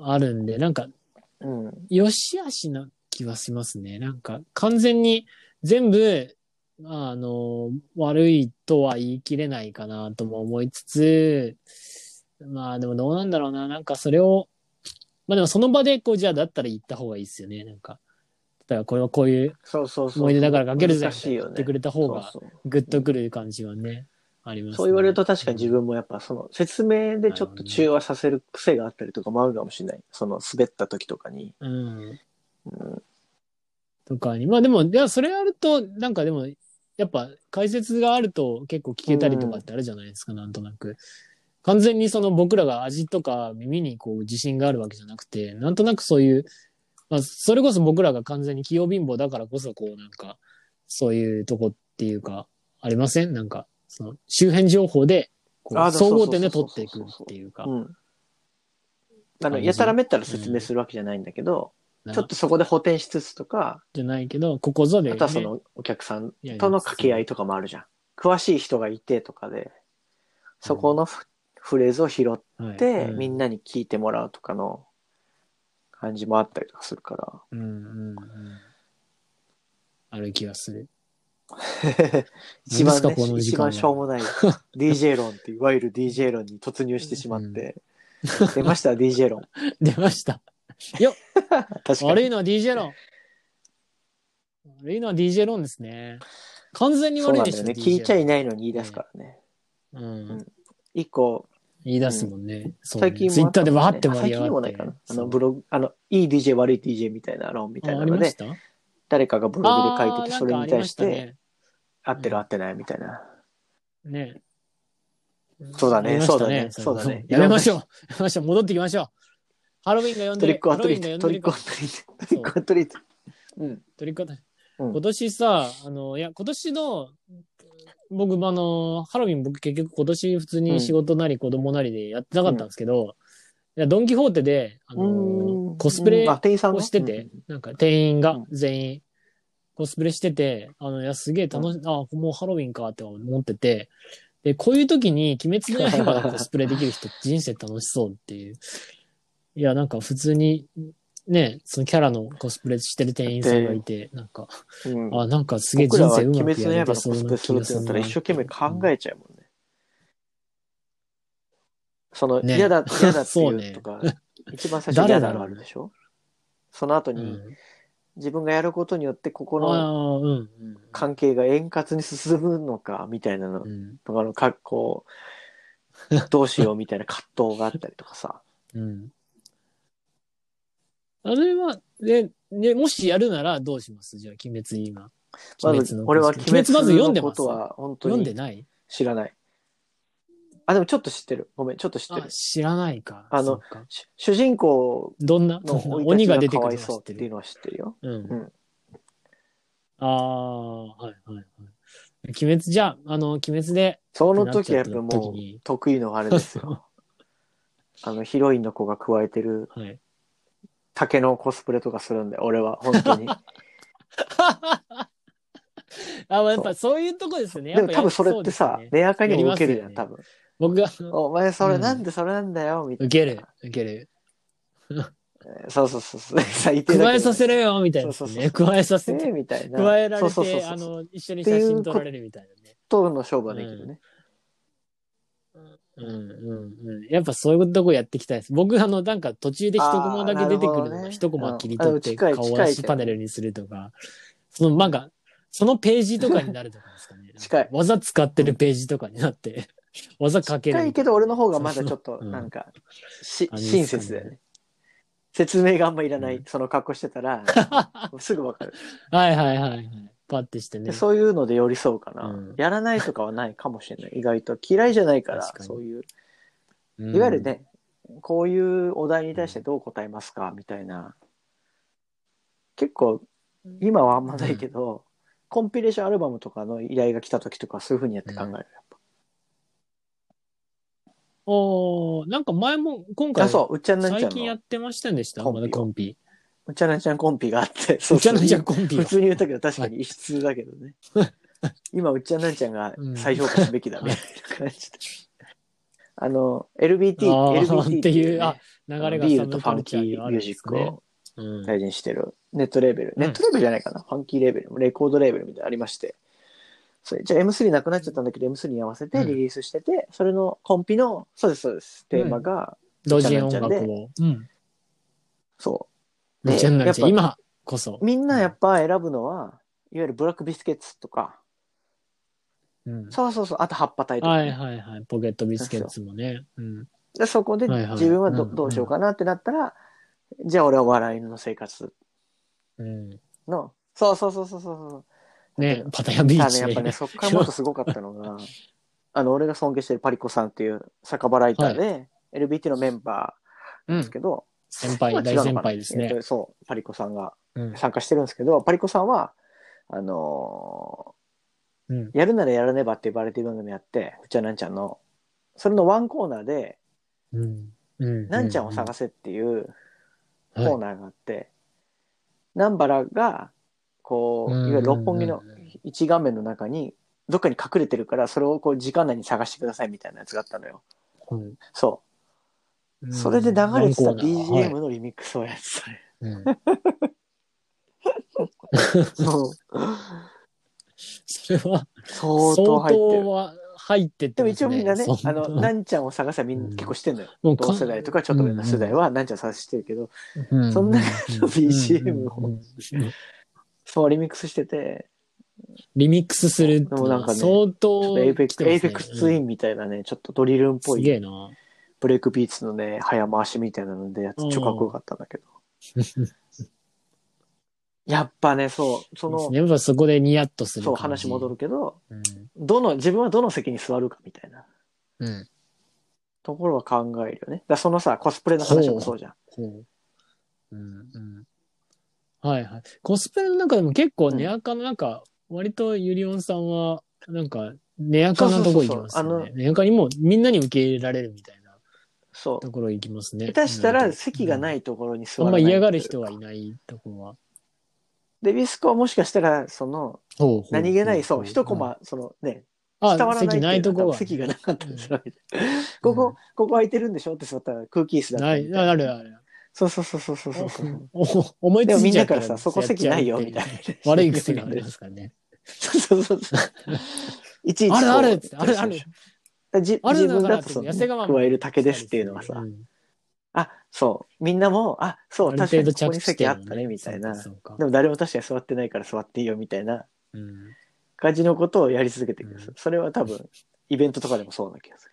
Speaker 2: あるんで、なんか、
Speaker 1: うん。
Speaker 2: よしあしな気はしますね。なんか、完全に全部、あの、悪いとは言い切れないかなとも思いつつ、まあでもどうなんだろうな。なんかそれを、まあでもその場で、こう、じゃあだったら言った方がいいですよね。なんか、例えばこれはこういう
Speaker 1: そうそうそう。
Speaker 2: 思い出だからかけるぜ
Speaker 1: 難しいよ
Speaker 2: っ
Speaker 1: ね。
Speaker 2: てくれた方が
Speaker 1: そうそう
Speaker 2: グッとくる感じはね、ありますね。
Speaker 1: そう言われると確かに自分もやっぱその説明でちょっと中和させる癖があったりとかもあるかもしれない。その滑った時とかに。
Speaker 2: うん。
Speaker 1: うん
Speaker 2: とかに。まあでも、いや、それやると、なんかでも、やっぱ解説があると結構聞けたりとかってあるじゃないですか、なんとなく。完全にその僕らが味とか耳にこう自信があるわけじゃなくて、なんとなくそういう、まあそれこそ僕らが完全に器用貧乏だからこそこうなんか、そういうとこっていうか、ありませんなんか、その周辺情報で、こ
Speaker 1: あ
Speaker 2: う
Speaker 1: そうそ
Speaker 2: 総
Speaker 1: うそう
Speaker 2: 合
Speaker 1: そう
Speaker 2: 点で取っていくっていうか。
Speaker 1: うん。あの、
Speaker 2: 感じ
Speaker 1: やたらめったら説明するわけじゃないんだけど、
Speaker 2: な
Speaker 1: ちょっとそこで補填しつつとか、
Speaker 2: じゃないけど、ここぞで、ね。
Speaker 1: あとはそのお客さん
Speaker 2: いやいや
Speaker 1: との掛け合いとかもあるじゃん。詳しい人がいてとかで、そこのフフレーズを拾って、みん
Speaker 2: な、
Speaker 1: なに聞いてもらうとかの感じもあったりとかするか
Speaker 2: うんうんうん、ある気がする。
Speaker 1: ら。一番、ね
Speaker 2: 何ですかこの時
Speaker 1: 一
Speaker 2: 間は
Speaker 1: 番しょうも ない DJ 論っていう、いわゆる DJ 論に突入してしまって、 出ました DJ 論。
Speaker 2: 出ました。
Speaker 1: 確か
Speaker 2: 悪
Speaker 1: に。
Speaker 2: いのは DJ ロン。悪いのは DJ ロンですね。完全に
Speaker 1: そう
Speaker 2: 悪
Speaker 1: ないん
Speaker 2: で
Speaker 1: だ
Speaker 2: し
Speaker 1: よ
Speaker 2: ょ、
Speaker 1: ね。
Speaker 2: DJ
Speaker 1: 聞いちゃいないのに言い出すからね。
Speaker 2: うん。
Speaker 1: 一個、
Speaker 2: 言い出すもんね。そうね
Speaker 1: 最近も
Speaker 2: ツイッターでわーって
Speaker 1: あったもん
Speaker 2: 盛
Speaker 1: ね
Speaker 2: り上が
Speaker 1: 最
Speaker 2: って。
Speaker 1: 近でもないかな。あ
Speaker 2: そ
Speaker 1: の、
Speaker 2: う
Speaker 1: ブログ、あの、いい DJ、悪い DJ みたいな論みたい
Speaker 2: ああ
Speaker 1: な
Speaker 2: り
Speaker 1: の
Speaker 2: ま
Speaker 1: で
Speaker 2: し、た
Speaker 1: 誰かがブログで書いてて、
Speaker 2: あー
Speaker 1: それに対し
Speaker 2: なんかあり
Speaker 1: て、合
Speaker 2: ましたね
Speaker 1: ってる合ってないみたいな。
Speaker 2: ね。ね
Speaker 1: そうだね
Speaker 2: ありました
Speaker 1: そうだねそうだね
Speaker 2: やめましょう。やめましょう。戻ってきましょう。ハロウィンが呼ん
Speaker 1: ト
Speaker 2: で
Speaker 1: リッ
Speaker 2: る。
Speaker 1: クは
Speaker 2: ハロ
Speaker 1: ト
Speaker 2: ウ
Speaker 1: リ
Speaker 2: ィン
Speaker 1: ー
Speaker 2: が呼ん
Speaker 1: ト
Speaker 2: で
Speaker 1: リ
Speaker 2: る
Speaker 1: ック
Speaker 2: か
Speaker 1: は
Speaker 2: ら
Speaker 1: トリート。トリックはトリート。うん。
Speaker 2: トリックアトリ
Speaker 1: うん
Speaker 2: 今年さ、あの、いや、今年の、僕、まああの、ハロウィン僕結局今年普通に仕事なり子供なりでやってなかったんですけど、いやドンキホーテで、あ
Speaker 1: う
Speaker 2: の
Speaker 1: ん、
Speaker 2: コスプレ
Speaker 1: うんあ店員さん
Speaker 2: を
Speaker 1: が
Speaker 2: してて、なんか店員が全員コスプレしてて、あの、いや、すげえ楽し、あ、もうハロウィンかって思ってて、で、こういう時に鬼滅の刃 のコスプレできる人人生楽しそうっていう。いや、なんか普通に、ね、そのキャラのコスプレしてる店員さんがいて、なんか、
Speaker 1: うんうん
Speaker 2: あ、なんかすげえ
Speaker 1: 僕
Speaker 2: 人
Speaker 1: らは
Speaker 2: 生う
Speaker 1: 鬼
Speaker 2: まく
Speaker 1: 滅の
Speaker 2: やれ
Speaker 1: 刃の
Speaker 2: た
Speaker 1: コ
Speaker 2: そう
Speaker 1: スプ
Speaker 2: な
Speaker 1: レす
Speaker 2: 気
Speaker 1: る
Speaker 2: が
Speaker 1: って
Speaker 2: する
Speaker 1: なっ
Speaker 2: な
Speaker 1: たら一生懸命考えちゃうもんね。その、
Speaker 2: ね
Speaker 1: 嫌だ、嫌だってい
Speaker 2: そうね
Speaker 1: うとか、一番最初に嫌
Speaker 2: 誰だ
Speaker 1: だ
Speaker 2: ろう
Speaker 1: のあるでしょその後
Speaker 2: う
Speaker 1: に
Speaker 2: ん
Speaker 1: 自分がやることによってここ
Speaker 2: あ
Speaker 1: の
Speaker 2: あ、うんうん。
Speaker 1: 関係が円滑に進むのかみたいなの
Speaker 2: うん
Speaker 1: とかの格 好、どうしようみたいな葛藤があったりとかさ。
Speaker 2: うん。あれは、で、ね、もしやるならどうしますじゃあ、鬼滅今。
Speaker 1: ま
Speaker 2: 鬼
Speaker 1: ず
Speaker 2: 滅の、
Speaker 1: 俺は鬼
Speaker 2: 鬼滅まず読ん
Speaker 1: 滅
Speaker 2: で
Speaker 1: のこ
Speaker 2: ます。
Speaker 1: とは本当
Speaker 2: 読んで
Speaker 1: に
Speaker 2: ない
Speaker 1: 知らない。あ、でもちょっと知ってる。ごめん、ちょっと知って
Speaker 2: あ
Speaker 1: る。
Speaker 2: 知らないか。
Speaker 1: あの
Speaker 2: そっか、
Speaker 1: し主人公
Speaker 2: どんな
Speaker 1: の
Speaker 2: 鬼が
Speaker 1: 生
Speaker 2: 出
Speaker 1: い立
Speaker 2: て
Speaker 1: ちが
Speaker 2: く
Speaker 1: かわ
Speaker 2: るの
Speaker 1: い
Speaker 2: は
Speaker 1: そう
Speaker 2: 知っ
Speaker 1: ってていう
Speaker 2: る。
Speaker 1: のは知ってるよ。
Speaker 2: うん
Speaker 1: うん
Speaker 2: ああ、はいはいはい。鬼滅じゃあ、あの、鬼滅で、
Speaker 1: その時はやっぱ
Speaker 2: なっちゃった
Speaker 1: も
Speaker 2: 時に
Speaker 1: う得意のあれです よ。あの、ヒロインの子が加えてる
Speaker 2: はい。
Speaker 1: 竹のコスプレとかするんで、俺は本 当に。
Speaker 2: あ、まあやっぱそういうとこですよね。
Speaker 1: でも
Speaker 2: や
Speaker 1: 多
Speaker 2: っぱ
Speaker 1: 分それってさ
Speaker 2: や、りそうですよね
Speaker 1: 根垢にも受けるじゃ
Speaker 2: や
Speaker 1: ん、
Speaker 2: りま
Speaker 1: 多
Speaker 2: す
Speaker 1: 分。
Speaker 2: 僕が、あの
Speaker 1: お前それなんでそれなんだよ、みたいな。
Speaker 2: 受ける、受ける。
Speaker 1: そうそうそう そう。最低だけど
Speaker 2: 加えさせろよ、みたいな、ね。
Speaker 1: そうそうそう
Speaker 2: 加えさせ
Speaker 1: ええ
Speaker 2: て、
Speaker 1: みたいな。
Speaker 2: 加えら
Speaker 1: そう
Speaker 2: れ
Speaker 1: そうそう
Speaker 2: て、
Speaker 1: そう
Speaker 2: あの、一緒に写真撮られるみたいなね。
Speaker 1: との勝負はできるね。
Speaker 2: うんうんうん。やっぱそういうとこやっていきたいです。僕、あの、なんか途中で一コマだけ出てく
Speaker 1: あーなる
Speaker 2: る
Speaker 1: ほ
Speaker 2: の
Speaker 1: ど
Speaker 2: を
Speaker 1: ね
Speaker 2: 一コマ切り取って、
Speaker 1: うんあの近い
Speaker 2: 顔を足パネルにするとか、その、なんか、そのページとかになるとかですかね。
Speaker 1: 近い
Speaker 2: 技使ってるページとかになって、技かける
Speaker 1: 近
Speaker 2: みたいな。
Speaker 1: いけど、俺の方がまだちょっと、
Speaker 2: うん
Speaker 1: なんか、し
Speaker 2: あれですかね
Speaker 1: 親切だよね。説明があんまいらない、
Speaker 2: うん
Speaker 1: その格好してた ら、すぐわかる、
Speaker 2: はいはいはいはい。パッてしてね
Speaker 1: で。そういうので寄り添うかな、
Speaker 2: うん
Speaker 1: やらないとかはないかもしれない。 意外と嫌いじゃないから、
Speaker 2: 確かに
Speaker 1: そういう。
Speaker 2: うん
Speaker 1: いわゆる。ね、こういうお題に対してどう答えますかみたいな。結構、今はあんまないけど、コンピレーションアルバムとかの依頼が来た時とか、そういうふうにやって考える。やっぱ
Speaker 2: おーなんか前も、今回
Speaker 1: あ、、そう、うっちゃんなんちゃ
Speaker 2: 最
Speaker 1: ん
Speaker 2: 近
Speaker 1: の
Speaker 2: やっ。てましたんでした
Speaker 1: コンピ
Speaker 2: まだコンピ。
Speaker 1: うっちゃんなんちゃんコンピがあって、そう
Speaker 2: ちゃ
Speaker 1: う
Speaker 2: の
Speaker 1: そう
Speaker 2: じゃコン
Speaker 1: 普
Speaker 2: ピが。
Speaker 1: 通に言ったけど確かに異質だけどね。今、うっちゃんなんちゃんが再評価すべきだみたいな感じで。あの、LBT、
Speaker 2: あー
Speaker 1: LBT
Speaker 2: っていう
Speaker 1: ね
Speaker 2: あ流れが
Speaker 1: ビー
Speaker 2: サ
Speaker 1: ル
Speaker 2: ブ
Speaker 1: とファ
Speaker 2: カ
Speaker 1: ン
Speaker 2: ル
Speaker 1: キ
Speaker 2: チャー
Speaker 1: ー
Speaker 2: に
Speaker 1: ミ
Speaker 2: はあ
Speaker 1: ュ
Speaker 2: る
Speaker 1: ー
Speaker 2: んで
Speaker 1: ジッ
Speaker 2: す
Speaker 1: ク
Speaker 2: ね
Speaker 1: を
Speaker 2: うん
Speaker 1: 大事にしてるネットレーベル。
Speaker 2: うん
Speaker 1: ネットレーベルじゃないかな。ファンキーレーベル、レコードレーベルみたいなのありまして。それじゃあ M3 なくなっちゃったんだけど、M3 に合わせてリリースしてて、それのコンピの、そうです、そうです、テーマが、
Speaker 2: 同時に音楽を。うん。
Speaker 1: そ
Speaker 2: めっちゃなんち
Speaker 1: や
Speaker 2: ゃん
Speaker 1: っ
Speaker 2: 今こそ
Speaker 1: う。。みんなやっぱ選ぶのは、いわゆるブラックビスケッツとか、
Speaker 2: うん
Speaker 1: そうそうそう、あと葉っぱ隊とかね、
Speaker 2: はいはいはい。ポケットビスケッツもね。うん。
Speaker 1: でそこで
Speaker 2: はいはい
Speaker 1: 自分はど,、
Speaker 2: うん
Speaker 1: どうしようかなってなったら、じゃあ俺は笑いの生活
Speaker 2: うん。
Speaker 1: の、そうそうそうそうそう。
Speaker 2: ねパタヤビー
Speaker 1: ただね、
Speaker 2: チ
Speaker 1: やっぱね、
Speaker 2: で。
Speaker 1: そっからもっとすごかったの が、あの、俺が尊敬してるパリコさんっていう酒場ライターで、LBT のメンバーなんですけど、
Speaker 2: 先輩、
Speaker 1: まあ違
Speaker 2: 大
Speaker 1: うの
Speaker 2: 先
Speaker 1: かな
Speaker 2: 輩です
Speaker 1: えっ
Speaker 2: ね。
Speaker 1: とそう、パリコさんが
Speaker 2: うん。
Speaker 1: 参加してるんですけど、パリコさんは、あの
Speaker 2: うん。
Speaker 1: ーやるならやらねばってバラエティ番組やって、うちはなんちゃんの、それのワンコーナーで、
Speaker 2: うん。うん。
Speaker 1: なんちゃんを探
Speaker 2: す
Speaker 1: せっていう、コーナーがあって、南原が、こう、い
Speaker 2: うん
Speaker 1: わ
Speaker 2: うんうん
Speaker 1: ゆる六本木の一画面の中に、どっかに隠れてるから、それをこう、時間内に探してくださいみたいなやつがあったのよ。そ
Speaker 2: うん
Speaker 1: う。それで流れてた
Speaker 2: ワンコーナー
Speaker 1: BGM のリミックスをやってたね。
Speaker 2: はいうん
Speaker 1: そう。
Speaker 2: それは、
Speaker 1: 相
Speaker 2: 相
Speaker 1: 当入って
Speaker 2: 当
Speaker 1: る。
Speaker 2: は入ってっ
Speaker 1: で
Speaker 2: て
Speaker 1: も
Speaker 2: ま
Speaker 1: 一
Speaker 2: す
Speaker 1: 応
Speaker 2: ね。
Speaker 1: みんなね、あ
Speaker 2: そ
Speaker 1: の、
Speaker 2: んな
Speaker 1: なんちゃんを探せはみん
Speaker 2: う
Speaker 1: なん結構してんのよ。
Speaker 2: もうか
Speaker 1: 同世代とかちょっと上の世代は、なんちゃん探してるけど、そんな感じの BGM を
Speaker 2: うんうん
Speaker 1: そう、リミックスしてて、
Speaker 2: リミックスするっていうのは相
Speaker 1: ちょっ
Speaker 2: 当
Speaker 1: とエイフェク
Speaker 2: 来
Speaker 1: ツ、
Speaker 2: てますね
Speaker 1: エイフェクツツインみたいなね、ちょっとドリルンっぽ
Speaker 2: す
Speaker 1: い
Speaker 2: げえな。
Speaker 1: ブレイクビーツのね、早回しみたいなのでやつ、超かっこよかったんだけど。 やっぱね、そう、その、
Speaker 2: やっぱそこでニヤッとする。
Speaker 1: そう、話戻る。けど、
Speaker 2: うん。
Speaker 1: どの、自分はどの席に座るかみたいな
Speaker 2: うん。
Speaker 1: ところは考えるよね。だからそのさ、コスプレの話もそうじゃん。
Speaker 2: こう。うんうん。はいはい。コスプレの中でも結構ネアカのなんか、割とユリオンさんは、なんか、ネアカなとこ行きます
Speaker 1: そうそうそうそう
Speaker 2: よね。ネアカにもみんなに受け入れられるみたいな
Speaker 1: そ
Speaker 2: ところ行きます
Speaker 1: う。
Speaker 2: ね。。
Speaker 1: 下手したら席がないいところに座
Speaker 2: あん
Speaker 1: らな
Speaker 2: ま
Speaker 1: い
Speaker 2: 嫌がる人はい
Speaker 1: い。
Speaker 2: ないとこは。
Speaker 1: で、ビスコはもしかしたら、その、
Speaker 2: ほうほうほう
Speaker 1: 何気ない、そう、一コマ、そのね、
Speaker 2: あ
Speaker 1: 伝わらないって
Speaker 2: 席
Speaker 1: うのは
Speaker 2: ないとこは。
Speaker 1: 席がなかったんですよ。ここ、ここ空いてるんでしょって座ったら空気椅子だった
Speaker 2: な
Speaker 1: みた
Speaker 2: い、
Speaker 1: いな
Speaker 2: あるある。
Speaker 1: そうそうそうそうそうそうそう。
Speaker 2: おお 思いつ
Speaker 1: でもみ
Speaker 2: い
Speaker 1: ん
Speaker 2: ちゃ
Speaker 1: な
Speaker 2: う
Speaker 1: からさ、そこ席ないよ、みたい
Speaker 2: な。
Speaker 1: な。
Speaker 2: 悪い癖がありますからね。
Speaker 1: そうそうそうそう。いちいち
Speaker 2: あるある
Speaker 1: こう
Speaker 2: っつってあるある。
Speaker 1: じ
Speaker 2: ある
Speaker 1: 自
Speaker 2: だ
Speaker 1: 分
Speaker 2: から
Speaker 1: だ
Speaker 2: っ
Speaker 1: と
Speaker 2: て
Speaker 1: その、
Speaker 2: 痩せ我慢も
Speaker 1: 加える竹ですっていうのはさ、
Speaker 2: ん
Speaker 1: あ、そう、みんなも、あ、そう、
Speaker 2: ある
Speaker 1: 確か
Speaker 2: 程度
Speaker 1: にここに
Speaker 2: 着地
Speaker 1: 席
Speaker 2: 点
Speaker 1: あ
Speaker 2: を
Speaker 1: ったね、みたいな。
Speaker 2: そうかそう
Speaker 1: で
Speaker 2: か
Speaker 1: も誰も確かに座ってないから座っていいよ、みたいな
Speaker 2: うん
Speaker 1: 感じのことをやり続けていくんですよ
Speaker 2: う
Speaker 1: それは多分、イベントとかでもそうな気がする。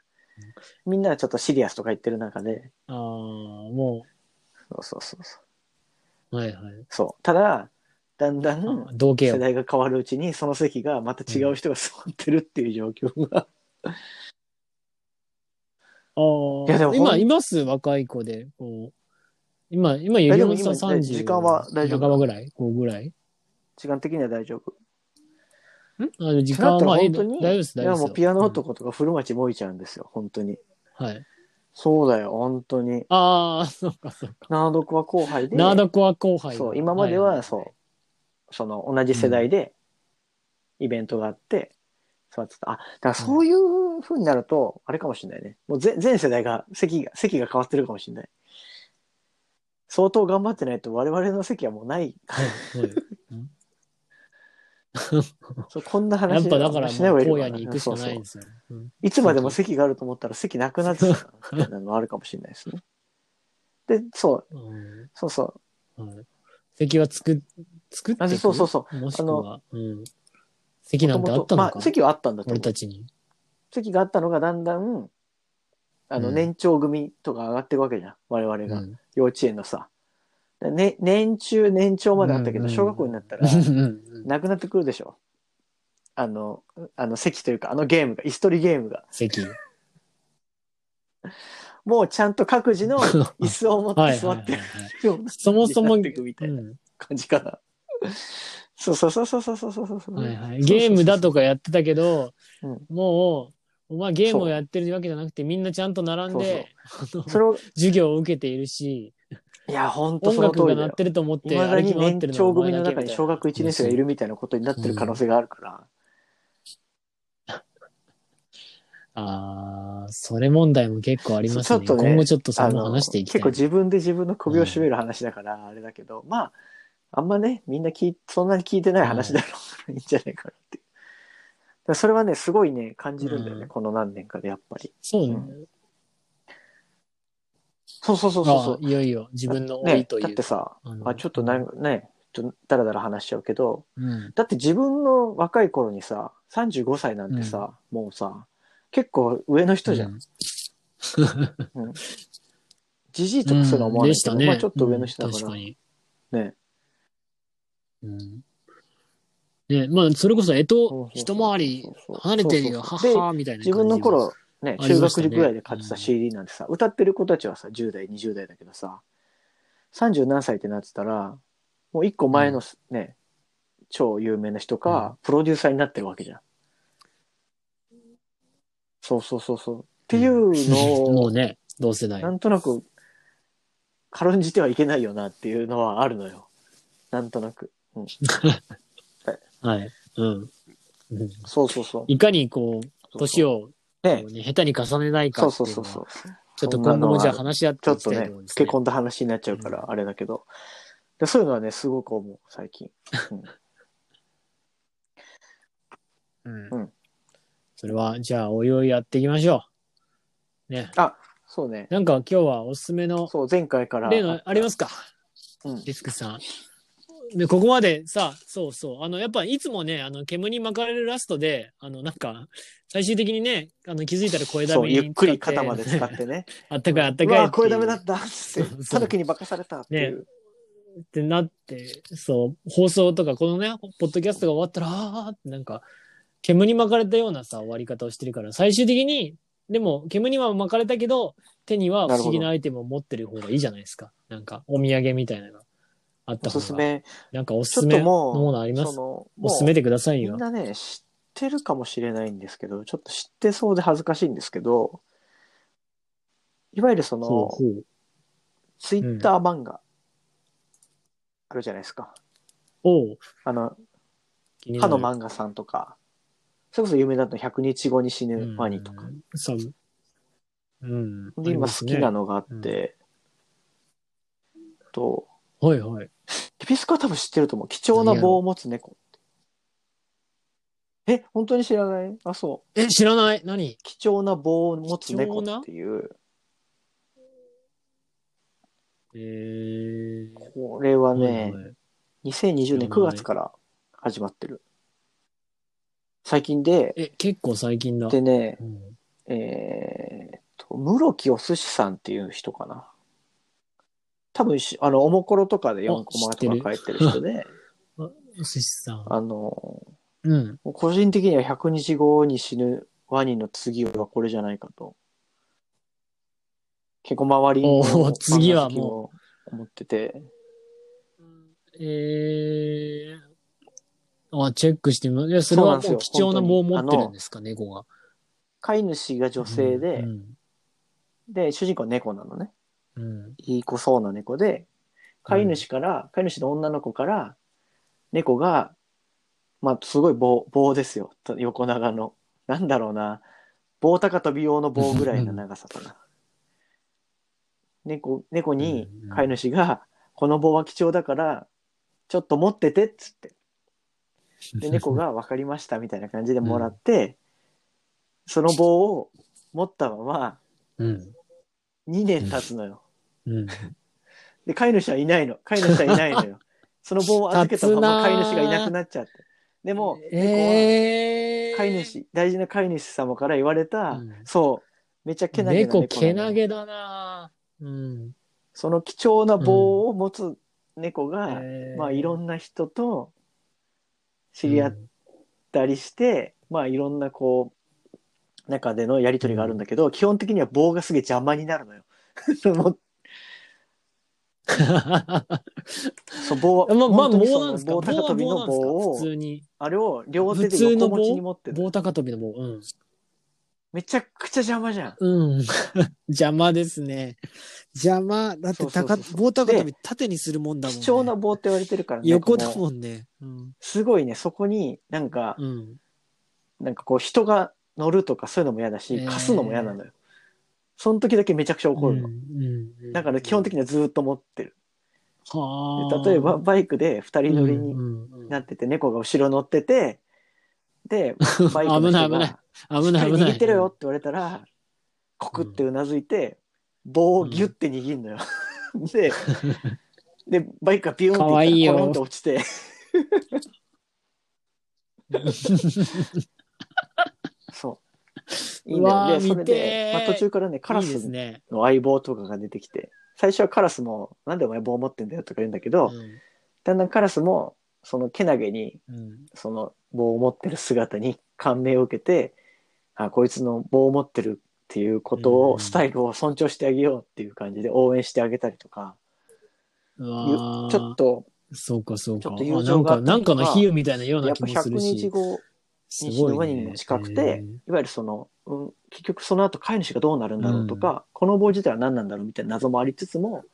Speaker 1: みんなはちょっとシリアスとか言ってる中で、
Speaker 2: ああ、も
Speaker 1: そうそうそうそう。
Speaker 2: はいはい。
Speaker 1: そう。ただ、だんだん
Speaker 2: あ同系
Speaker 1: 世
Speaker 2: を。
Speaker 1: 代が変わるうちに、その席がまた違う人が座ってるっていう状況が。
Speaker 2: あ
Speaker 1: いやで
Speaker 2: あ
Speaker 1: も、ほん
Speaker 2: 今います若い子で、こう。今、今、ゆりおんさん
Speaker 1: 大丈夫今
Speaker 2: 30。
Speaker 1: 時間は大丈夫
Speaker 2: 半ばぐらい ?5 ぐらいん
Speaker 1: 時間的には大丈夫。
Speaker 2: あの時間はまあ、
Speaker 1: そう
Speaker 2: ええ
Speaker 1: なったら
Speaker 2: 大
Speaker 1: 本当に
Speaker 2: 丈夫です、
Speaker 1: い
Speaker 2: 大丈夫
Speaker 1: や
Speaker 2: です。
Speaker 1: もうピアノ男とか古町萌ちゃんですよ、本当に。
Speaker 2: うん。はい。
Speaker 1: そうだよ、本当に。
Speaker 2: ああ、そうか、そうか。
Speaker 1: ナードコア後輩で。
Speaker 2: ナードコア後輩だ。
Speaker 1: そう、今まではそう、その同じ世代でイベントがあって、座ってた。あ、だからそういう風になると、あれかもしれないね。もう全全世代が席が、席が変わってるかもしれない。相当頑張ってないと我々の席はもうない。
Speaker 2: はいはい
Speaker 1: そうこんな
Speaker 2: はいや
Speaker 1: 話
Speaker 2: っぱだから、
Speaker 1: しない方
Speaker 2: も
Speaker 1: が
Speaker 2: う
Speaker 1: いいのか
Speaker 2: 荒
Speaker 1: な
Speaker 2: 野に行くしか
Speaker 1: そう
Speaker 2: ない
Speaker 1: そ
Speaker 2: ん
Speaker 1: う
Speaker 2: ですよ。うん
Speaker 1: いつまでも席があると思ったら席なくなって たみたいなのがあるかもしれないですね。で、そう、
Speaker 2: うん
Speaker 1: そうそう。
Speaker 2: はい席は作っ、作って
Speaker 1: あ
Speaker 2: く
Speaker 1: そうそうそう
Speaker 2: もしくは、うん。席なんてあったの
Speaker 1: ま
Speaker 2: か
Speaker 1: あ、席はあったんだと思
Speaker 2: 俺
Speaker 1: う
Speaker 2: たちに。
Speaker 1: 席があったのがだんだん、あの、
Speaker 2: うん
Speaker 1: 年長組とか上がっていくわけじゃん。我々
Speaker 2: う
Speaker 1: が。
Speaker 2: ん
Speaker 1: 幼稚園のさ。ね、年中、年長まであったけ
Speaker 2: うん
Speaker 1: ど、
Speaker 2: うん
Speaker 1: 小学校になった ら、なくなってくるでしょ。あの、あの席というか、あのゲームが、椅子取りゲームが。
Speaker 2: 席。
Speaker 1: もうちゃんと各 自の椅子を持っ
Speaker 2: は
Speaker 1: て
Speaker 2: い
Speaker 1: 座
Speaker 2: はい
Speaker 1: ってる
Speaker 2: はいはい
Speaker 1: ような
Speaker 2: そもそも、
Speaker 1: 感
Speaker 2: う
Speaker 1: じになっていくみたいなん感じかな。そうそうそうそうそうそうそうそう。
Speaker 2: はいはい、ゲームだとかやってたけど、
Speaker 1: うん
Speaker 2: もう、お前ゲームをやってるわけじゃなくて、みんなちゃんと並んで、
Speaker 1: それを、
Speaker 2: 授業を受けているし、
Speaker 1: いや、ほんと
Speaker 2: 音
Speaker 1: その通
Speaker 2: 楽が
Speaker 1: りだ
Speaker 2: 鳴っ
Speaker 1: よ。
Speaker 2: てると思っ
Speaker 1: い
Speaker 2: て、
Speaker 1: まだ
Speaker 2: 歩き
Speaker 1: に
Speaker 2: 回って
Speaker 1: 年
Speaker 2: るの
Speaker 1: 長
Speaker 2: はお前
Speaker 1: 組の
Speaker 2: だけ
Speaker 1: 中に小学1年生がいるみたいなことになってる可能性があるから。
Speaker 2: ああ、それ問題も結構ありますね。
Speaker 1: ちょっとね
Speaker 2: 今後ちょっとそれ
Speaker 1: あ
Speaker 2: も
Speaker 1: の
Speaker 2: 話していきた
Speaker 1: 結
Speaker 2: い。
Speaker 1: 構自分で自分の首を絞める話だから、あれだけど、まあ、あんまね、みんな聞いそんなに聞いてない話だろうから、いいんじゃないかなっていう。だからそれはね、すごいね、感じるんだよね、
Speaker 2: うん
Speaker 1: この何年かで、やっぱり。
Speaker 2: そうね。
Speaker 1: そうそうそうそうそう
Speaker 2: あ。いよいよ自分の老
Speaker 1: ね、
Speaker 2: いという。
Speaker 1: だってさ、
Speaker 2: あの
Speaker 1: あ、ちょっとなんかね、ちょっとだらだら話しちゃうけど、
Speaker 2: うん。
Speaker 1: だって自分の若い頃にさ、35歳なんてさ、もうさ、結構上の人じゃん。
Speaker 2: うん。
Speaker 1: じじいとかそういうのは思わな
Speaker 2: で
Speaker 1: い
Speaker 2: し
Speaker 1: けど、
Speaker 2: たね。
Speaker 1: まあちょっと上の人だか
Speaker 2: うん確
Speaker 1: ら、
Speaker 2: かに。
Speaker 1: ね。
Speaker 2: うん。ね、まあ、それこそ、えと
Speaker 1: そう、そう
Speaker 2: 一回り離れてるよ、
Speaker 1: そ
Speaker 2: は
Speaker 1: うそうそう
Speaker 2: はみたいな感じ
Speaker 1: 自分の頃、ね、
Speaker 2: あり
Speaker 1: 中
Speaker 2: ました
Speaker 1: 学時
Speaker 2: ね
Speaker 1: ぐらいで買ってた
Speaker 2: うん
Speaker 1: CD なんてさ、歌ってる子たちはさ、10代、20代だけどさ、30何歳ってなってたら、もう一個前のね、超有名な人か、プロデューサーになってるわけじゃん。そうそうそうそう。っていうの
Speaker 2: も
Speaker 1: を
Speaker 2: う、ね、同世 代
Speaker 1: な。んとなく、軽んじてはいけないよなっていうのはあるのよ。なんとなく。
Speaker 2: はい。うん。うん
Speaker 1: そうそうそう。
Speaker 2: いかにこう、年
Speaker 1: を。
Speaker 2: を、
Speaker 1: ね
Speaker 2: こうね下手に重ねないか
Speaker 1: そう
Speaker 2: って
Speaker 1: そ
Speaker 2: いうう
Speaker 1: そ
Speaker 2: の
Speaker 1: う
Speaker 2: は
Speaker 1: そう。
Speaker 2: ちょっと今後もじゃあ話し合っ
Speaker 1: ち
Speaker 2: て
Speaker 1: ょ
Speaker 2: い
Speaker 1: っ
Speaker 2: き
Speaker 1: と
Speaker 2: たい
Speaker 1: ね
Speaker 2: と思うん、です
Speaker 1: 付
Speaker 2: ね
Speaker 1: け込んだ話になっちゃうから、あれだけど。でそういうのはね、すごく思う、最近。うん
Speaker 2: う
Speaker 1: うんん。
Speaker 2: それは、じゃあ、おいおいやっていきましょう。ね。
Speaker 1: あ、そうね。
Speaker 2: なんか今日はおすすめの、
Speaker 1: そう、前回から。
Speaker 2: 例のありますか
Speaker 1: うん
Speaker 2: リスクさん。で、ここまでさ、そうそう。あの、やっぱいつもね、あの、煙に巻かれるラストで、あの、なんか、最終的にね、あの、気づいたら声だ
Speaker 1: そ
Speaker 2: め
Speaker 1: う、
Speaker 2: に
Speaker 1: ゆっくり肩まで使
Speaker 2: 使っ。
Speaker 1: っててね。
Speaker 2: あったかいあった
Speaker 1: う
Speaker 2: かい
Speaker 1: わ
Speaker 2: っ
Speaker 1: ー、
Speaker 2: てい
Speaker 1: 声
Speaker 2: う。
Speaker 1: ダメだったっつ
Speaker 2: そう
Speaker 1: っ
Speaker 2: そう
Speaker 1: て、たぬきに化かされたっていう。
Speaker 2: ってなって、そう、放送とか、このね、ポッドキャストが終わったら、あーってなんか、煙に巻かれたようなさ、終わり方をしてるから、最終的に、でも、煙には巻かれたけど、手には不思議なアイテムを持ってる方がいいじゃないですか。なんか、お土産みたいなのがあっ
Speaker 1: お
Speaker 2: た
Speaker 1: す
Speaker 2: 方が。
Speaker 1: すめ。
Speaker 2: なんかお
Speaker 1: ち
Speaker 2: す
Speaker 1: ょ
Speaker 2: す
Speaker 1: っ
Speaker 2: め
Speaker 1: と
Speaker 2: の
Speaker 1: もう、
Speaker 2: ものあります
Speaker 1: その、
Speaker 2: おす
Speaker 1: も
Speaker 2: すめてくださ
Speaker 1: う、
Speaker 2: い
Speaker 1: み
Speaker 2: よ
Speaker 1: ん。なね、知ってるかもしれないんですけど、ちょっと知ってそうで恥ずかしいんですけど、いわゆるそ
Speaker 2: ほう
Speaker 1: の
Speaker 2: ほ、う。
Speaker 1: ツイッター漫画、あるじゃないですか。
Speaker 2: おう
Speaker 1: あの、
Speaker 2: 気にな
Speaker 1: 歯
Speaker 2: る
Speaker 1: の漫画さんとか、それこそ有名だと100日後に死ぬワニとか。
Speaker 2: うんそう。うん。
Speaker 1: で、今好きな
Speaker 2: の。
Speaker 1: のがあって、と、
Speaker 2: はいはい。
Speaker 1: エビスコは多分知ってると思う。貴重な棒を持つ猫って。え、本当に知らないあ、そう。
Speaker 2: え、知らない何
Speaker 1: 貴重な棒を持つ猫
Speaker 2: 貴重な
Speaker 1: っていう、
Speaker 2: えー。
Speaker 1: これはね、
Speaker 2: はいはい
Speaker 1: 2020年9月から始まってる。最近で、
Speaker 2: え、結構最近だ。
Speaker 1: でね、
Speaker 2: うん
Speaker 1: えーっと、室木お寿司さんっていう人かな。多分し、あの、おもころとかで4コマ
Speaker 2: あ知って
Speaker 1: と
Speaker 2: る
Speaker 1: か書いてる人で、
Speaker 2: 寿司さん。
Speaker 1: あの、
Speaker 2: うん。
Speaker 1: 個人的には100日後に死ぬワニの次はこれじゃないかと。結構周りの
Speaker 2: おー次はも
Speaker 1: う思ってて。
Speaker 2: えー。あ、チェックしてみます。いや、それは
Speaker 1: そうな
Speaker 2: も
Speaker 1: ん
Speaker 2: う
Speaker 1: です
Speaker 2: 貴
Speaker 1: よ
Speaker 2: 重な棒を持
Speaker 1: 本当に
Speaker 2: ってるんですか、猫が。
Speaker 1: 飼い主が女性で、
Speaker 2: うん。
Speaker 1: で、主人公は猫なのね。
Speaker 2: うん。
Speaker 1: いい子そうな猫で、飼い主から、飼い主の女の子から、猫が、まあ、すごい棒、棒ですよ。と横長の。なんだろうな。棒高跳び用の棒ぐらい の長さかな。猫、猫に
Speaker 2: うんうん
Speaker 1: 飼い主が、この棒は貴重だから、ちょっと持ってて、っつって。で、猫が分かりましたみたいな感じでもらって、その棒を持ったまま
Speaker 2: うん。
Speaker 1: 2年経つのよ。
Speaker 2: うん。
Speaker 1: で、飼い主はいないの。飼い主はいないの よ。その棒を預けたまま飼い主がいなくなっちゃって。でも、
Speaker 2: えー。
Speaker 1: 飼い主、大事な飼い主様から言われた、
Speaker 2: うん
Speaker 1: そう、めっちゃけなげな
Speaker 2: 猫
Speaker 1: 猫
Speaker 2: け
Speaker 1: な
Speaker 2: な
Speaker 1: の
Speaker 2: げだなうん。
Speaker 1: その貴重な棒を持つ猫が、
Speaker 2: えー
Speaker 1: まあいろんな人と知り合 ったりして、まあいろんなこう、中でのやりとりがあるんだけど、基本的には棒がすげえ邪魔になるのよ。 もうそう棒は、
Speaker 2: まあ、まあ、
Speaker 1: 本当にそ
Speaker 2: 棒
Speaker 1: の
Speaker 2: なんですか
Speaker 1: 棒高跳びの棒を
Speaker 2: 棒は棒なんですか普、通に。
Speaker 1: あれを両手で
Speaker 2: 普通の
Speaker 1: 横
Speaker 2: 棒
Speaker 1: 持ちに持ってる。
Speaker 2: 棒高跳びの棒。うん。
Speaker 1: めちゃくちゃ邪魔じゃん。
Speaker 2: うん。 邪魔ですね。邪魔。だって
Speaker 1: そうそうそ
Speaker 2: 高
Speaker 1: うそう
Speaker 2: 棒高跳び縦にするもんだもん、ね。
Speaker 1: 貴重な棒って言われてるからね。
Speaker 2: 横だ
Speaker 1: この
Speaker 2: もんね。うん。
Speaker 1: すごいね、そこになんか、
Speaker 2: うん。
Speaker 1: なんかこう人が乗るとかそういうのも嫌だし、
Speaker 2: えー
Speaker 1: 貸すのも嫌なのよ。その時だけめちゃくちゃ怒るの。
Speaker 2: うん
Speaker 1: だから基本的
Speaker 2: に。
Speaker 1: にはずっと持ってる。
Speaker 2: はあ
Speaker 1: で例えば、バイクで二人乗りに
Speaker 2: うんうんうん
Speaker 1: なってて、猫が後ろ乗ってて、 で、バイクの人
Speaker 2: 危ない危ない
Speaker 1: が、
Speaker 2: 危な
Speaker 1: しっかり
Speaker 2: い危ない。
Speaker 1: 握ってろよって言われたら、コクってうなずいて、棒をギュッて握るのよ。で、で、バイクがビューンって
Speaker 2: かわいい
Speaker 1: 行った
Speaker 2: よ
Speaker 1: らコロンって落ちて、そう。いいんだ
Speaker 2: うわ
Speaker 1: よ。で、
Speaker 2: ー
Speaker 1: それ
Speaker 2: 見て
Speaker 1: で
Speaker 2: ー、
Speaker 1: まあ、途中からね、カラ
Speaker 2: いいです
Speaker 1: ス
Speaker 2: ね。
Speaker 1: の相棒とかが出てきて、最初はカラスも、なんでお前棒持ってんだよとか言うんだけど、だんだんカラスも、そのけなげに、
Speaker 2: うんうん
Speaker 1: その棒を持ってる姿に感銘を受けて、あ、こいつの棒を持ってるっていうこと
Speaker 2: う
Speaker 1: を、
Speaker 2: ん
Speaker 1: スタイルを尊重してあげようっていう感じで応援してあげたりとか、
Speaker 2: う
Speaker 1: ゆ
Speaker 2: わー
Speaker 1: ちょっと、
Speaker 2: そうかそう
Speaker 1: ち
Speaker 2: か。
Speaker 1: ょ
Speaker 2: あ
Speaker 1: っと友
Speaker 2: な
Speaker 1: 情
Speaker 2: ん
Speaker 1: があ
Speaker 2: か、
Speaker 1: ったりとか
Speaker 2: なんかの比喩みたいなよう
Speaker 1: や
Speaker 2: な
Speaker 1: っ
Speaker 2: 気
Speaker 1: ぱ
Speaker 2: もす
Speaker 1: 100
Speaker 2: る
Speaker 1: 日
Speaker 2: し。
Speaker 1: 後、
Speaker 2: す
Speaker 1: 西
Speaker 2: ご
Speaker 1: のワ
Speaker 2: い
Speaker 1: ニ
Speaker 2: ね
Speaker 1: にも近くて、いわゆるその、うん、結局その後飼い主がどうなるんだろうとか、この棒自体は何なんだろうみたいな謎もありつつも、